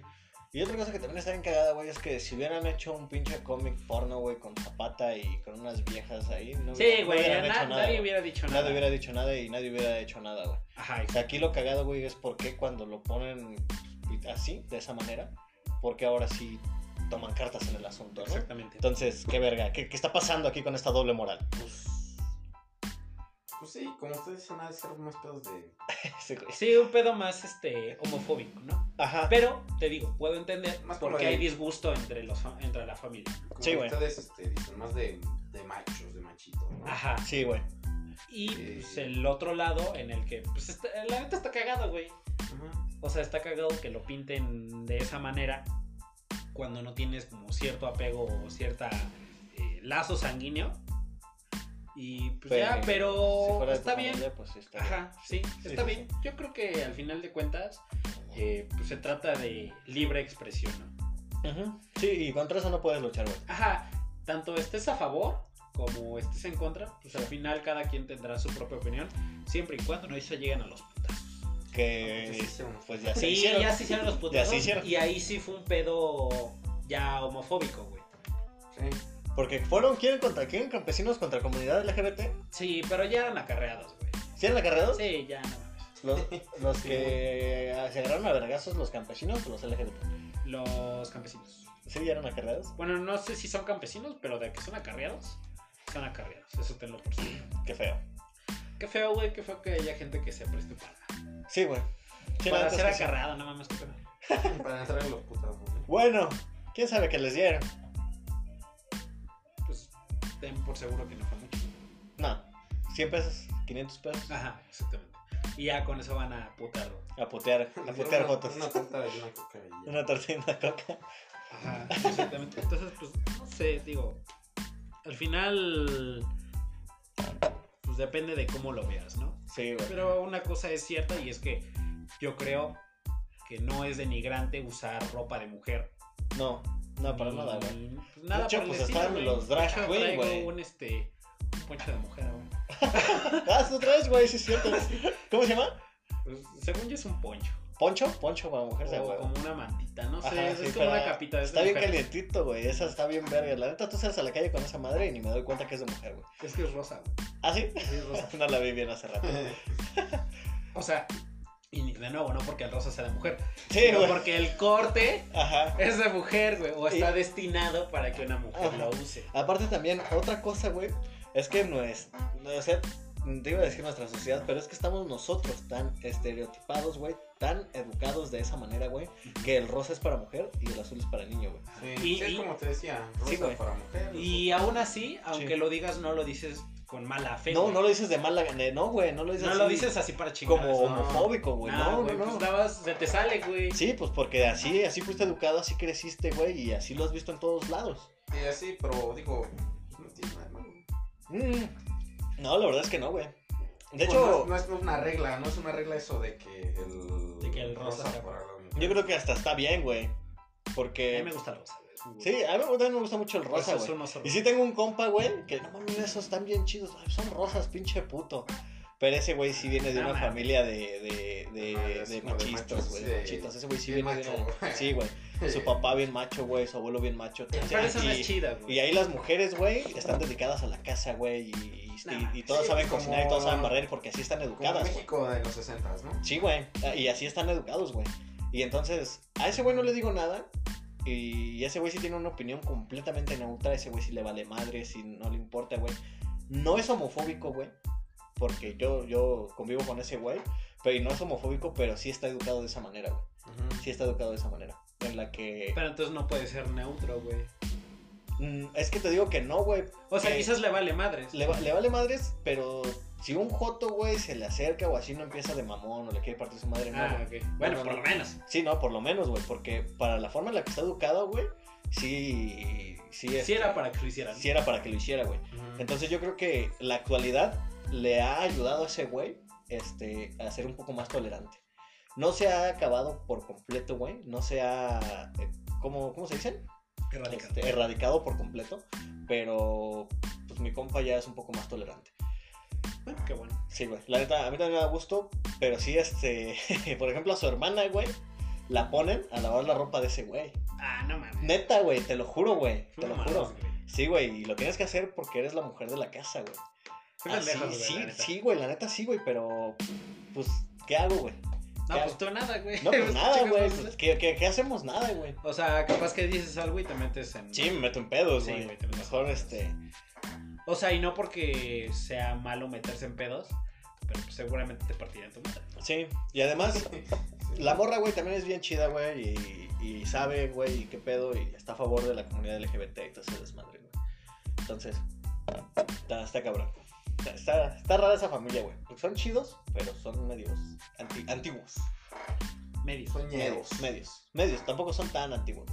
A: Y otra cosa que también está bien cagada, güey, es que si hubieran hecho un pinche cómic porno, güey, con Zapata y con unas viejas ahí, no,
C: Sí,
A: no
C: güey,
A: hubieran
C: na-
A: hecho nada.
C: nadie
A: güey.
C: hubiera dicho nada.
A: Nadie hubiera dicho nada y nadie hubiera hecho nada, güey.
C: Ajá,
A: O sea, aquí lo cagado, güey, es porque cuando lo ponen así, de esa manera, porque ahora sí toman cartas en el asunto, ¿no?
C: exactamente.
A: Entonces, qué verga, ¿qué, qué está pasando aquí con esta doble moral?
B: Pues, pues sí, como ustedes dicen, ha de ser más pedos de.
A: Sí, güey.
C: Sí, un pedo más este homofóbico, ¿no?
A: Ajá.
C: Pero te digo, puedo entender
B: Más como
C: porque
B: de-
C: hay disgusto entre los fa- entre la familia.
B: Como
A: Sí, güey.
B: Ustedes este, dicen, más de, de machos, de machitos, ¿no?
C: Ajá.
A: Sí, güey.
C: Y
B: Eh.
C: pues, el otro lado en el que, pues está- la neta está cagado, güey.
B: Ajá.
C: O sea, está cagado que lo pinten de esa manera cuando no tienes como cierto apego o cierta eh, lazo sanguíneo. Y pues ya, pero
A: si fuera de
C: está
A: tu
C: bien.
A: familia, pues sí está
C: Ajá, sí,
A: Sí,
C: está
A: sí,
C: bien. Yo creo que al final de cuentas eh, pues, se trata de libre expresión, ¿no?
A: Ujú. Sí, y contra eso no puedes luchar, güey.
C: Ajá, tanto estés a favor como estés en contra, pues al final cada quien tendrá su propia opinión, siempre y cuando no se lleguen a los putazos.
A: Que
B: Entonces, sí, sí,
A: pues ya se
C: Sí,
A: hicieron.
C: ya se hicieron los putazos.
A: se hicieron.
C: Y ahí sí fue un pedo ya homofóbico, güey.
B: sí.
A: Porque fueron quién contra quién, campesinos contra comunidad LGBT.
C: Sí, pero ya eran acarreados, güey.
A: ¿Sí eran acarreados?
C: Sí, ya no mames.
A: Los, los que ah, se agarraron a vergazos, los campesinos o los LGBT.
C: Los campesinos.
A: Sí, eran acarreados.
C: Bueno, no sé si son campesinos, pero de que son acarreados, son acarreados. Eso tenlo por seguro.
A: Qué feo.
C: Qué feo, güey, qué feo que haya gente que se preste para,
A: Sí, güey. Sí, la
C: para
A: neta es
C: ser
A: que sí.
C: acarreada, no mames, qué pedo.
B: Para entrar en los putazos. ¿no?
A: Bueno, quién sabe qué les dieron.
C: Pues ten por seguro que no fue mucho.
A: No, 100 pesos, 500 pesos.
C: Ajá, exactamente. Y ya con eso van a putarlo.
A: A putear, a
B: Hicieron
A: putear
B: una-
A: fotos.
B: Una torta de una coca y ya.
A: Una tortilla de coca.
C: Ajá, exactamente. Entonces, pues, no sé, digo. Al final. Pues depende de cómo lo veas, ¿no?
A: Sí, güey.
C: Pero una cosa es cierta y es que yo creo que no es denigrante usar ropa de mujer.
A: No, no, para nada, güey.
C: Ni- pues, Nada
A: De hecho,
C: por el
A: pues,
C: estilo,
A: están
C: güey.
A: los drag
C: Ajá,
A: queen,
C: traigo
A: güey.
C: un este. Un poncho de mujer, güey.
A: Ah, tú traes, güey, sí es cierto. ¿Cómo se llama?
C: Pues, según yo es un poncho.
A: ¿Poncho? Poncho para mujer,
C: O
A: güey.
C: como una mantita, no sé.
A: Ajá,
C: es
A: sí,
C: como una
A: para-
C: capita. es de
A: Está bien
C: mujer.
A: calientito, güey. Esa está bien verga. La neta, tú sales a la calle con esa madre y ni me doy cuenta que es de mujer, güey.
C: Es que es rosa, güey.
A: ¿Ah, sí?
C: Sí, es rosa.
A: No la vi bien hace rato.
C: O sea, y ni- de nuevo, no porque el rosa sea de mujer,
A: Sí,
C: sino
A: güey.
C: porque el corte
A: Ajá.
C: es de mujer, güey, o está
A: Y-
C: destinado para que una mujer
A: Ajá.
C: lo use.
A: Aparte también, otra cosa, güey, es que no es, no, o sea, te iba a decir nuestra sociedad, pero es que estamos nosotros tan estereotipados, güey, tan educados de esa manera, güey, que el rosa es para mujer y el azul es para niño, güey.
B: Sí,
C: Y-
B: sí,
C: y-
B: como te decía,
A: Sí,
B: rosa
A: güey.
B: para mujer.
C: Y aún así, aunque
A: Sí.
C: lo digas, no lo dices con mala fe.
A: No,
C: güey.
A: no lo dices de mala, de- no, güey, no lo dices
C: No
A: así
C: lo dices así para chingar.
A: como
B: no.
A: homofóbico, güey,
C: Nah,
A: no,
C: güey,
A: no, no.
C: pues nada más se te sale, güey.
A: Sí, pues porque así, así fuiste educado, así creciste, güey, y así lo has visto en todos lados.
B: Y así, pero digo, pues, no tiene nada de malo.
A: Mm. No, la verdad es que no, güey. De
B: Pues
A: hecho,
B: no es, no es una regla, no es una regla eso de que el,
C: De que el rosa sea
B: para la mujer.
A: yo creo que hasta está bien, güey,
C: A mí
A: porque...
C: me gusta el rosa, güey. es un gusto.
A: Sí, a mí también me gusta mucho el rosa,
C: Eso es
A: güey.
C: un oso
A: Y sí tengo un compa, güey, que no mames, esos están bien chidos. Ay, son rosas, pinche puto. Pero ese güey sí viene de
C: Ah,
A: una
C: man.
A: familia de, de, de,
B: Ah,
A: de
B: es como de
A: machistas,
B: machos,
A: güey.
B: sí.
A: de Machitos. Ese güey sí
B: Bien
A: viene de
B: macho,
A: una-
B: güey.
A: Sí, güey. Su
B: Sí.
A: papá bien macho, güey. Su abuelo bien macho.
C: Pero esa no
A: Y-
C: es chida,
A: Y
C: güey.
A: ahí las mujeres, güey, están dedicadas a la casa, güey. Y, y-
C: Nah,
A: y- y
C: sí,
A: todas saben
B: como-
A: cocinar y todas saben barrer porque así están
B: Como
A: educadas, güey.
B: México de los 60, ¿no?
A: Sí, güey. Ah, Y así están educados, güey. Y entonces, a ese güey no le digo nada. Y ese güey sí tiene una opinión completamente neutra. Ese güey sí le vale madre, si no le importa, güey. No es homofóbico, güey. Porque yo, yo convivo con ese güey. Pero y no es homofóbico, pero sí está educado de esa manera, güey.
B: Ujú.
A: Sí está educado de esa manera. En la que.
C: Pero entonces no puede ser neutro, güey.
A: Mm, es que te digo que no, güey.
C: O sea,
A: que
C: quizás le vale madres.
A: Le, va- le vale madres, pero si un joto, güey, se le acerca o así, no empieza de mamón o le quiere partir su madre, no, güey.
C: Ah, ok. Bueno,
A: no,
C: por
A: no.
C: lo menos.
A: Sí, no, por lo menos, güey, porque para la forma en la que está educado, güey, sí, sí, es-
C: Si era para que lo hicieran.
A: sí era para que lo hiciera, güey. Entonces yo creo que la actualidad le ha ayudado a ese güey este, a ser un poco más tolerante. No se ha acabado por completo, güey, no se ha, eh, ¿cómo, cómo se dicen?
C: Erradicado.
A: Este, erradicado por completo, pero pues mi compa ya es un poco más tolerante. pues,
C: Bueno, qué bueno.
A: Sí, güey. La neta, a mí también me da gusto, pero sí, este. por ejemplo, a su hermana, güey, la ponen a lavar la ropa de ese güey.
C: Ah, no mames.
A: Neta, güey, te lo juro, güey. Te
C: No
A: lo
C: mames,
A: juro.
C: güey.
A: Sí, güey, y lo tienes que hacer porque eres la mujer de la casa, güey.
C: Qué
A: Ah, sí,
C: pendejos, güey, la
A: sí,
C: neta.
A: sí, güey, la neta sí, güey, pero. Pues, ¿qué hago, güey?
C: No,
A: ¿Qué
C: pues tú nada, güey.
A: No, pues nada,
C: chicas,
A: güey.
C: no
A: pues,
C: sé.
A: ¿qué, qué, qué hacemos? Nada, güey.
C: O sea, capaz que dices algo y te metes en.
A: Sí, me meto en pedos,
C: Sí,
A: güey.
C: güey, te metes en
A: Mejor,
C: pedos.
A: este.
C: O sea, y no porque sea malo meterse en pedos, pero pues, seguramente te partirán tu madre.
A: Sí, y además,
B: Sí.
A: La morra, güey, también es bien chida, güey, y, y sabe, güey, qué pedo, y está a favor de la comunidad LGBT y todo ese desmadre, güey. Entonces, está, está cabrón. Está, está, está rara esa familia, güey. Porque son chidos, pero son medios anti- antiguos.
C: Medios.
A: Pues
B: Soñeros.
A: Medios, medios. Medios, tampoco son tan antiguos.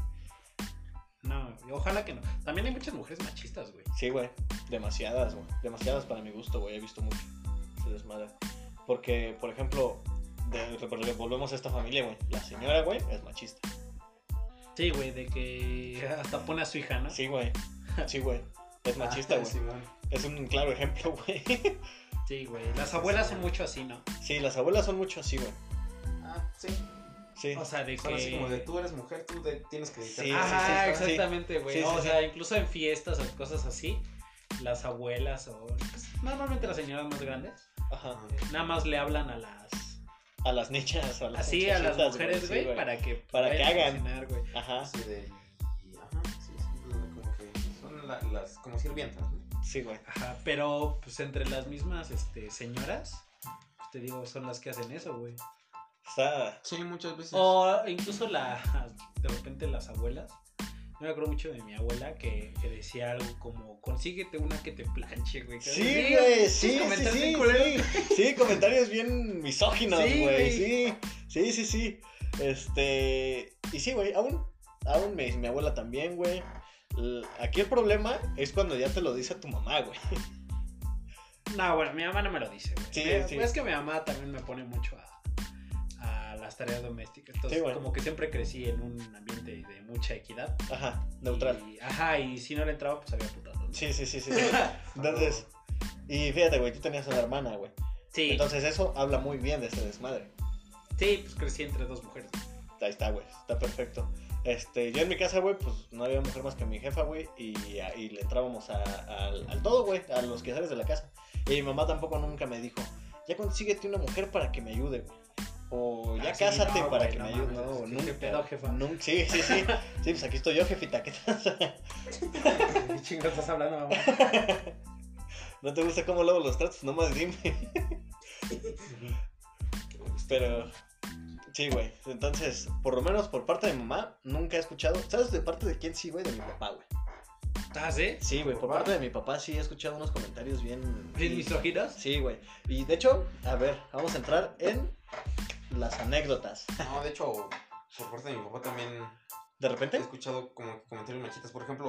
C: No, ojalá que no. También hay muchas mujeres machistas, güey.
A: Sí, güey. Demasiadas, güey. Demasiadas para mi gusto, güey. He visto mucho. Se desmadra. Porque, por ejemplo, de- porque volvemos a esta familia, güey. La señora, güey, es machista.
C: Sí, güey, de que hasta pone a su hija, ¿no?
A: Sí, güey. Sí, güey. Es machista,
B: Ah,
A: güey.
B: Simón.
A: Es un claro ejemplo, güey.
C: Sí, güey. Las abuelas son mucho así, ¿no?
A: Sí, las abuelas son mucho así, güey.
B: Ah, sí.
A: Sí.
C: O sea, de que.
B: Son así como de tú eres mujer, tú de- tienes que
A: Sí,
B: Ah,
C: Ajá,
A: sí, sí, sí.
C: exactamente, güey.
A: Sí, sí,
C: o
A: sí.
C: sea, incluso en fiestas o cosas así, las abuelas o pues, normalmente las señoras más grandes,
A: Ajá.
C: eh, nada más le hablan a las
A: A las nichas, a las
C: así a las
A: muchachitas,
C: mujeres,
A: sí,
C: güey, para que pues,
A: Para que
C: vayan a
A: hagan.
C: cocinar, güey.
A: Ajá.
B: Así Ah, de. y- Ajá, sí, sí, como que son la- las como sirvientas, ¿no?
A: Sí, güey.
C: Ajá, pero pues entre las mismas este señoras pues, te digo, son las que hacen eso, güey.
A: Está.
B: Sí, muchas veces.
A: Oh.
C: O incluso las, de repente las abuelas. Yo me acuerdo mucho de mi abuela que, que decía algo como, consíguete una que te planche, güey.
A: Sí, güey,
C: esos
A: sí, sí,
C: comentarios
A: sí,
C: bien culeros.
A: sí, sí, comentarios bien misóginos,
C: Sí,
A: güey,
C: güey.
A: sí, sí, sí, sí, este, y sí, güey, aún, aún me- mi abuela también, güey, L- aquí el problema es cuando ya te lo dice tu mamá, güey,
C: No, bueno, mi mamá no me lo dice, güey.
A: Sí,
C: Me-
A: sí.
C: Es que mi mamá también me pone mucho a, a las tareas domésticas. Entonces,
A: Sí, güey.
C: como que siempre crecí en un ambiente de mucha equidad.
A: ajá, neutral,
C: Y- ajá, y si no le entraba, pues había putado. ¿no?
A: sí, sí, sí, sí, sí. entonces, y fíjate, güey, tú tenías una hermana, güey,
C: Sí,
A: entonces eso habla muy bien de este desmadre,
C: sí, pues crecí entre dos mujeres.
A: ahí está, güey, está perfecto. Este, yo en mi casa, güey, pues no había mujer más que mi jefa, güey, y, y le entrábamos a- al, al todo, güey, a los quehaceres de la casa. Y mi mamá tampoco nunca me dijo, ya consíguete una mujer para que me ayude, güey. O ya
C: Ah, sí,
A: cásate
C: no,
A: para
C: güey,
A: que
C: no
A: me ayude.
C: mames,
A: No,
C: sí,
A: nunca.
C: qué pedo, jefa.
A: Nun- sí, sí, sí. Sí, pues aquí estoy yo, jefita, ¿qué tal?
C: ¿Qué chingo estás hablando, mamá?
A: ¿No te gusta cómo lavo los tratos? Nomás dime. Pero, sí, güey. Entonces, por lo menos por parte de mi mamá, nunca he escuchado. ¿Sabes de parte de quién sí, güey? De mi papá, güey.
C: ¿Ah, sí?
A: Sí, güey, por
B: Papá.
A: parte de mi papá sí he escuchado unos comentarios bien...
C: ¿Bien misóginos?
A: Sí, güey. Y de hecho, a ver, vamos a entrar en las anécdotas.
B: No, de hecho, por parte de mi papá también
A: ¿De
B: he
A: repente?
B: escuchado como que comentarios machitas. Por ejemplo,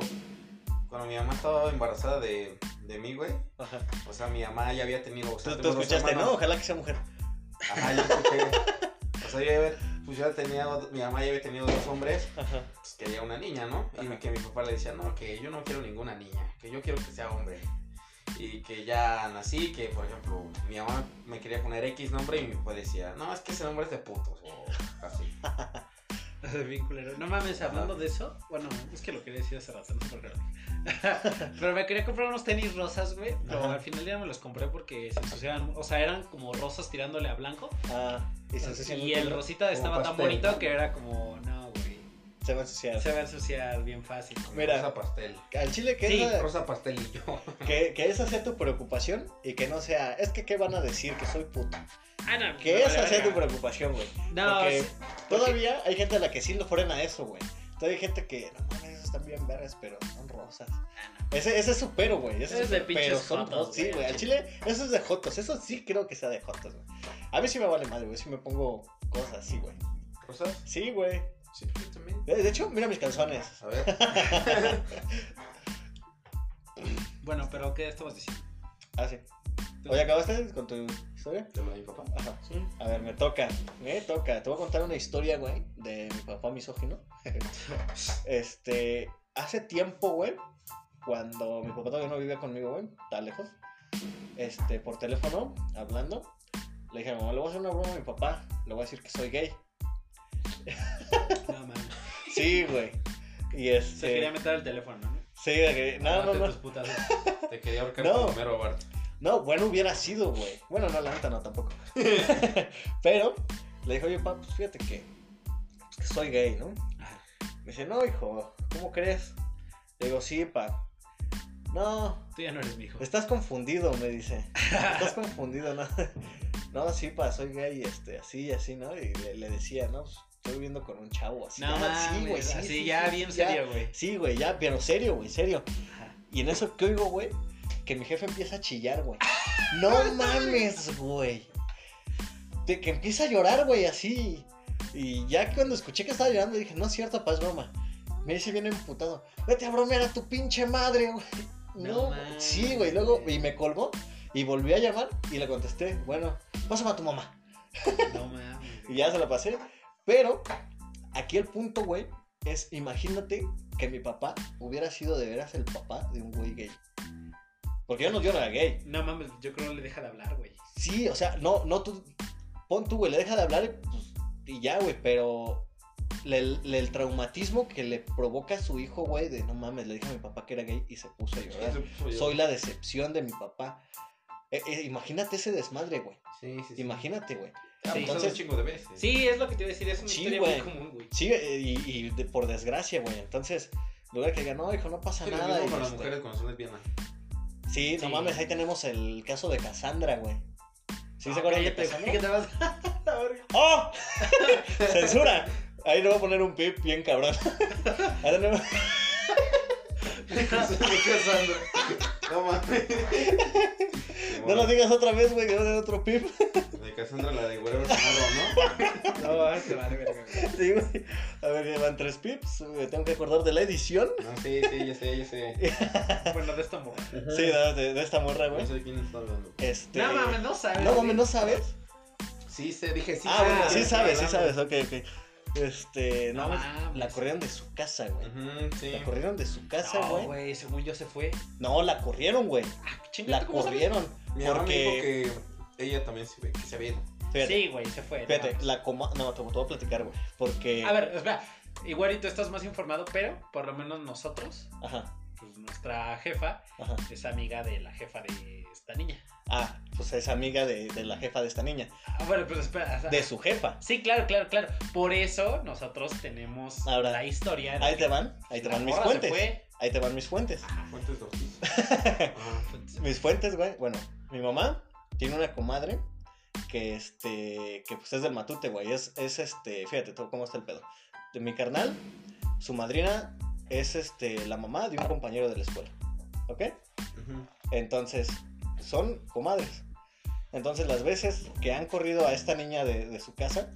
B: cuando mi mamá estaba embarazada de, de mí, güey.
A: Ajá.
B: O sea, mi mamá ya había tenido. O sea,
A: Tú, tú
B: tengo dos
A: escuchaste,
B: hermanos.
A: ¿no? Ojalá que sea mujer.
B: Ajá, yo escuché. O sea, yo ya había- pues ya tenía, mi mamá ya había tenido dos hombres,
A: Ajá.
B: pues quería una niña, ¿no? Y
A: Ajá.
B: que mi papá le decía, no, que yo no quiero ninguna niña, que yo quiero que sea hombre. Y que ya nací, que por ejemplo, mi mamá me quería poner X nombre y mi papá decía, no, es que ese nombre es de putos, o así.
C: Bien culero. No mames,
A: Ah.
C: hablando de eso. Bueno, es que lo quería decir hace rato, no sé por qué. Pero me quería comprar unos tenis rosas, güey. Pero
A: Ajá.
C: al final ya no me los compré porque se ensuciaban. O sea, eran como rosas tirándole a blanco.
A: Ah, y se ensucian
C: Y
A: un
C: el
A: chingo.
C: rosita estaba tan
B: pastel.
C: bonito que era como, no, güey.
A: Se va a ensuciar.
C: Se va a ensuciar bien fácil.
A: Mira.
B: Rosa pastel.
A: Al chile que,
C: Sí,
A: esa,
B: Rosa pastel y yo.
A: que, que esa sea tu preocupación y que no sea, es que qué van a decir, que soy puto.
C: Ah, no.
A: Que
C: me
A: esa
C: vale
A: sea tu
C: verga.
A: preocupación, güey.
C: No,
A: Porque
C: sí,
A: todavía hay gente a la que sí lo frena eso, güey. Todavía hay gente que, no mames, esos están bien vergas, pero son rosas. Ese, ese es su pero, güey. Ese
C: Es
A: su
C: de
A: pero,
C: pinches
A: son
C: jotos,
A: rosas. Sí,
C: güey.
A: güey. Al chile, eso es de Jotos. Eso sí creo que sea de Jotos, güey. A mí sí me vale madre, güey. Si me pongo cosas así, güey.
B: ¿Rosas?
A: Sí, güey.
B: Sí, yo también.
A: De de hecho, mira mis calzones.
B: A ver.
C: bueno, pero ¿qué estamos diciendo?
A: Ah, sí. Oye, ¿acabaste con tu historia?
B: ¿Te lo di, papá?
A: Ajá. A ver, me toca, me toca. Te voy a contar una historia, güey, de mi papá misógino. este, hace tiempo, güey, cuando mi papá todavía no vivía conmigo, güey, tan lejos, este, por teléfono, hablando, le dije a mi mamá, le voy a hacer una broma a mi papá, le voy a decir que soy gay.
C: No, mames.
A: Sí, güey. Y
C: Se quería
A: este,
C: meter el teléfono, ¿no?
A: sí, de que- no, no,
C: Aguante
A: no.
C: tus putazos.
B: Te quería ahorcar
A: No.
B: con Homero Bart.
A: No, bueno hubiera sido, güey. Bueno, no, la neta no, tampoco. Pero le dijo, oye, papá, pues fíjate que, pues, que soy gay, ¿no? Me dice, no, hijo, ¿cómo crees? Le digo, sí, pa. No,
C: Tú ya no eres mi hijo.
A: estás confundido, me dice. Estás confundido, ¿no? No, sí, pa, soy gay, este, así, así, ¿no? Y le, le decía, no, pues, estoy viviendo con un chavo, así.
C: No,
A: Ah,
C: mames, así ya bien
A: sí, ya.
C: serio, güey.
A: Sí, güey, ya, pero serio, güey, serio.
C: Ajá.
A: Y en eso que oigo, güey, que mi jefe empieza a chillar, güey. No mames, güey. De que empieza a llorar, güey, así. Y ya cuando escuché que estaba llorando, dije, no es cierto, paz, broma. Me dice bien emputado, vete a bromear a tu pinche madre, güey. No,
C: No mames.
A: sí, güey. Luego, y me colgó y volví a llamar y le contesté, bueno, pásame a tu mamá.
C: No mames.
A: Y ya se la pasé. Pero, aquí el punto, güey, es imagínate que mi papá hubiera sido de veras el papá de un güey gay. Porque yo no, yo no era gay.
E: No mames, yo creo que no le deja de hablar, güey.
A: Sí, o sea, no, no, tú, pon tú, güey, le deja de hablar y, pues, y ya, güey, pero le- le- el traumatismo que le provoca a su hijo, güey, de no mames, le dije a mi papá que era gay y se puso a llorar. Soy la decepción de mi papá. Eh, eh, imagínate ese desmadre, güey.
B: Sí, sí, sí.
A: Imagínate, güey.
C: Sí,
B: Ah, pues,
A: entonces-
B: un chingo de veces.
C: Sí, es lo que te iba a decir, es una
A: Sí,
C: historia
A: güey.
C: muy común, güey.
A: Sí, eh, y, y de- por desgracia, güey. Entonces, en lugar que diga, no, hijo, no pasa
B: Sí, lo
A: nada.
B: mismo
A: y
B: con las
A: este-
B: mujeres cuando son lesbianas.
A: Sí, no
C: Sí.
A: mames, ahí tenemos el caso de Cassandra, güey. ¿Sí se
C: Ah,
A: acuerdan de
C: cállate,
A: Cassandra?
C: güey, que te vas a la verga.
A: ¡Oh! ¡Censura! Ahí le voy a poner un pip bien cabrón. Ahí tenemos-
B: Eso es lo que es Sandra. No mames.
A: No lo digas otra vez, güey, que va a ser otro pip.
B: De Cassandra, la de Whatever Tomorrow,
E: No, se va a verga, güey.
A: Sí, güey. A ver, llevan tres pips. Me tengo que acordar de la edición.
B: ¿no? No, sí, sí, ya sé, ya sé.
E: Bueno, de esta morra.
A: Sí, de, de- de esta morra,
B: No
A: güey.
B: sé de quién está hablando.
A: Este...
C: No mames, no sabes.
A: No mames,
C: güey.
A: ¿no sabes?
B: Sí, sé, dije sí.
A: ah, bueno, sí
B: sé.
A: sabes, sí sabes, ok, ok. Este, no,
E: No
A: mames,
E: mames.
A: la corrieron de su casa, güey.
B: Ujú, sí.
A: La corrieron de su casa,
C: No,
A: güey.
C: güey, según yo se fue.
A: no, la corrieron, güey.
C: Ah, chinga,
A: La
C: ¿tú cómo sabes?
A: corrieron.
B: Mi mamá me dijo
A: Porque.
B: que ella también se ve, que se ve.
A: Fíjate,
C: Sí, güey, se fue. no
A: fíjate,
C: mames.
A: la coma. No, te, te voy a platicar, güey. Porque.
E: A ver, espera. Igual tú estás más informado, pero por lo menos nosotros,
A: Ajá,
E: pues nuestra jefa
A: ajá.
E: es amiga de la jefa de esta niña.
A: Ah, pues es amiga de, de la jefa de esta niña.
E: Ah, bueno, pues espera. o sea,
A: De su jefa.
E: Sí, claro, claro, claro. Por eso nosotros tenemos
A: Ahora,
E: la historia. de
A: Ahí
E: que
A: te van, ahí te
E: la
A: van mis
E: morra se
A: fuentes.
E: fue.
A: Ahí te van mis fuentes.
B: Fuentes de Ortiz. Ah,
A: Mis fuentes, güey. Bueno, mi mamá tiene una comadre que este. que pues es del matute, güey. Es, es este. Fíjate todo cómo está el pedo. De mi carnal, su madrina es este. la mamá de un compañero de la escuela. ¿Ok?
B: ujú.
A: Entonces, son comadres. Entonces, las veces que han corrido a esta niña de, de su casa,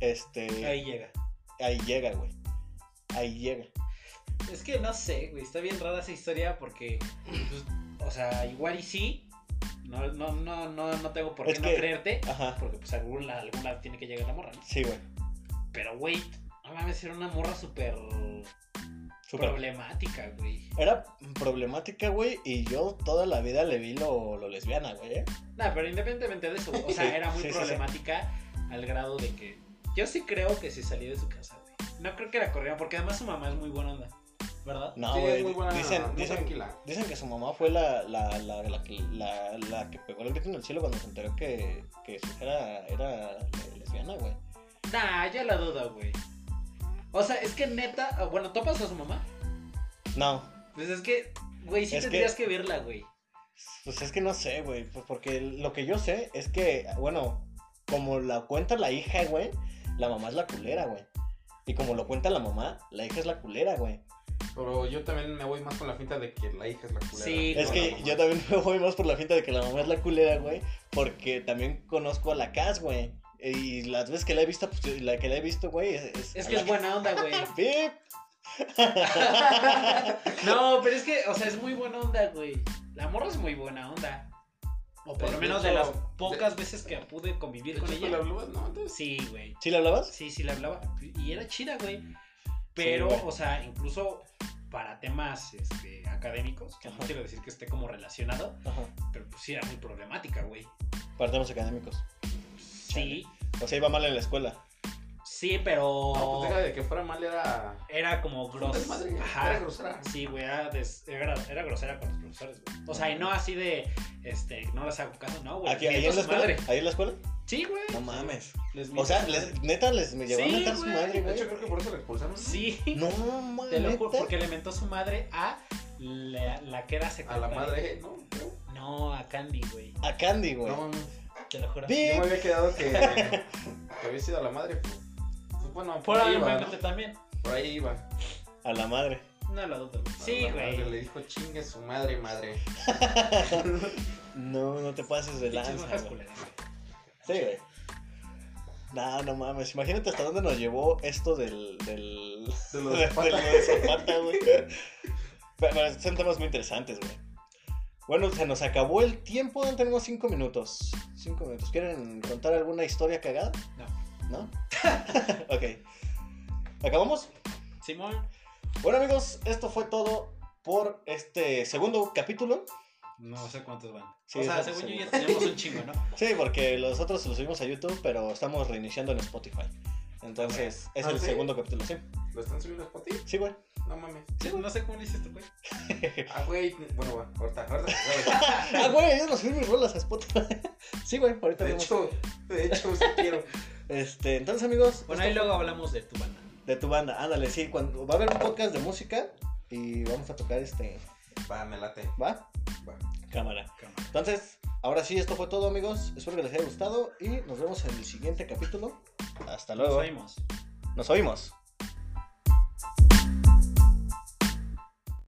A: este. Ahí,
C: Ahí llega.
A: llega, güey. Ahí llega.
C: Es que no sé, güey, está bien rara esa historia porque, pues, o sea, igual y sí, no, no, no, no, no tengo por qué
A: Es
C: no
A: que-
C: creerte,
A: Ajá.
C: porque pues alguna, alguna tiene que llegar la morra, ¿no?
A: Sí, güey.
C: Pero, güey, no mames, era una morra súper
A: Súper.
C: problemática, güey.
A: Era problemática, güey, y yo toda la vida le vi lo, lo lesbiana, güey. ¿eh?
C: Nah, pero independientemente de eso, o
A: Sí,
C: sea, era muy
A: sí, sí, sí.
C: problemática al grado de que yo sí creo que se salió de su casa, güey. No creo que la corrieron, porque además su mamá es muy buena onda, ¿verdad?
A: No,
B: Sí,
A: güey.
B: es muy buena,
A: dicen,
B: muy
A: dicen,
B: tranquila.
A: dicen que su mamá fue la, la, la, la, que- la- la que pegó el grito en el cielo cuando se enteró que, que su hija era, era lesbiana, güey.
C: Nah, ya la duda, güey. O sea, es que neta, ah, bueno, ¿topas a su mamá?
A: No,
C: Pues es que, güey, sí
A: Es que-
C: tendrías que... verla, güey.
A: Pues es que no sé, güey. Pues porque lo que yo sé es que, bueno, como la cuenta la hija, güey, la mamá es la culera, güey. Y como lo cuenta la mamá, la hija es la culera, güey.
B: Pero yo también me voy más con la finta de que la hija es la culera.
C: Sí,
B: no
A: Es
B: la
A: que
B: mamá.
A: yo también me voy más por la finta de que la mamá es la culera, güey. Porque también conozco a la Cas, güey. Y las veces que la he visto, pues la que la he visto, güey, es.
C: Es
A: a
C: que
A: la-
C: es buena onda, güey.
A: ¡Pip!
C: no, pero es que, o sea, es muy buena onda, güey. La morra es muy buena onda. O por
B: De
C: lo menos de
B: hecho,
C: las
B: de-
C: pocas veces que pude
B: ¿De
C: convivir
B: hecho,
C: con
B: tú la
C: ella.
B: hablabas, no? Antes.
C: Sí, güey.
A: ¿Sí le hablabas?
C: Sí, sí le hablaba. Y era chida, güey. Pero,
A: Sí, güey.
C: o sea, incluso para temas este, académicos, que no
A: Ajá.
C: quiero decir que esté como relacionado,
A: Ajá.
C: pero pues sí era muy problemática, güey.
A: Para temas académicos.
C: Sí,
A: O sea, iba mal en la escuela.
C: sí, pero.
B: No, pues deja de que fuera mal, era.
C: Era como
B: Puta
C: grosera.
B: madre, era grosera.
C: Sí, güey, era, des- era, era grosera con los profesores, güey. O sea, y no así de, este, no les hago caso, no, güey.
A: Aquí,
C: les
A: ¿Ahí
C: miento
A: en la
C: su
A: escuela?
C: madre.
A: ¿Ahí en la escuela?
C: Sí, güey.
A: No mames.
C: Les
A: O
C: miento
A: sea,
C: su
A: les,
C: madre.
A: neta, les me llevó a
C: Sí,
A: mentar su
C: güey.
A: madre,
B: De
A: güey.
B: hecho, creo que por eso la expulsaron. ¿no?
C: Sí.
A: No, mames.
C: Te lo juro,
A: ¿neta?
C: porque le mentó su madre a la, la que era
B: A la
C: secretaria.
B: madre, ¿no? Creo.
C: No, a Candy, güey.
A: A Candy, güey.
B: No mames.
C: Te lo juro.
A: Bip.
B: Yo me había quedado que, que había sido a la madre, pero. pues bueno, por, ahí iba. ¿no?
C: Probablemente también.
B: Por ahí iba.
A: A la madre.
C: No lo dudo. güey.
B: A
C: Sí,
A: Ah,
B: la madre Le
C: güey.
B: dijo chingue su madre, madre.
A: No, no te pases de
C: Pinches
A: lanza,
C: monjas
A: güey.
C: culeras, güey.
A: Sí, güey. No, no mames. Imagínate hasta dónde nos llevó esto del. del.
B: De
A: del
B: los zapatos.
A: de Zapata, güey. Pero, pero son temas muy interesantes, güey. Bueno, se nos acabó el tiempo, tenemos cinco minutos. Cinco minutos. ¿Quieren contar alguna historia cagada?
E: No.
A: ¿No? ok. ¿Acabamos?
D: Simón,
A: Bueno amigos, esto fue todo por este segundo capítulo.
D: no sé cuántos van.
A: Sí,
D: o sea,
A: es el
D: según yo ya
A: segundo.
D: tenemos un chingo, ¿no?
A: Sí, porque los otros los subimos a YouTube, pero estamos reiniciando en Spotify. Entonces, es
B: ¿Ah,
A: el
B: sí?
A: segundo capítulo, sí.
B: ¿Lo están subiendo a Spotify?
A: Sí, güey. Pues
B: No mames.
D: Sí, no sé cómo le hiciste, güey.
B: Ah, güey. Bueno, bueno, ahorita, ahorita. ahorita.
A: Ah, güey, yo no subí mis rolas a Spotify. Sí, güey, ahorita
B: De
A: vemos.
B: hecho, de hecho, sí quiero.
A: Este, entonces, amigos,
D: Bueno,
A: esto
D: ahí luego hablamos de tu banda.
A: fue de tu banda. Ándale, sí, cuando va a haber un podcast de música y vamos a tocar este,
B: Va, me late.
A: ¿va?
B: Va.
A: Cámara.
D: Cámara.
A: Entonces, ahora sí, esto fue todo, amigos. Espero que les haya gustado y nos vemos en el siguiente capítulo. Hasta
D: Nos
A: luego.
D: oímos.
A: Nos oímos.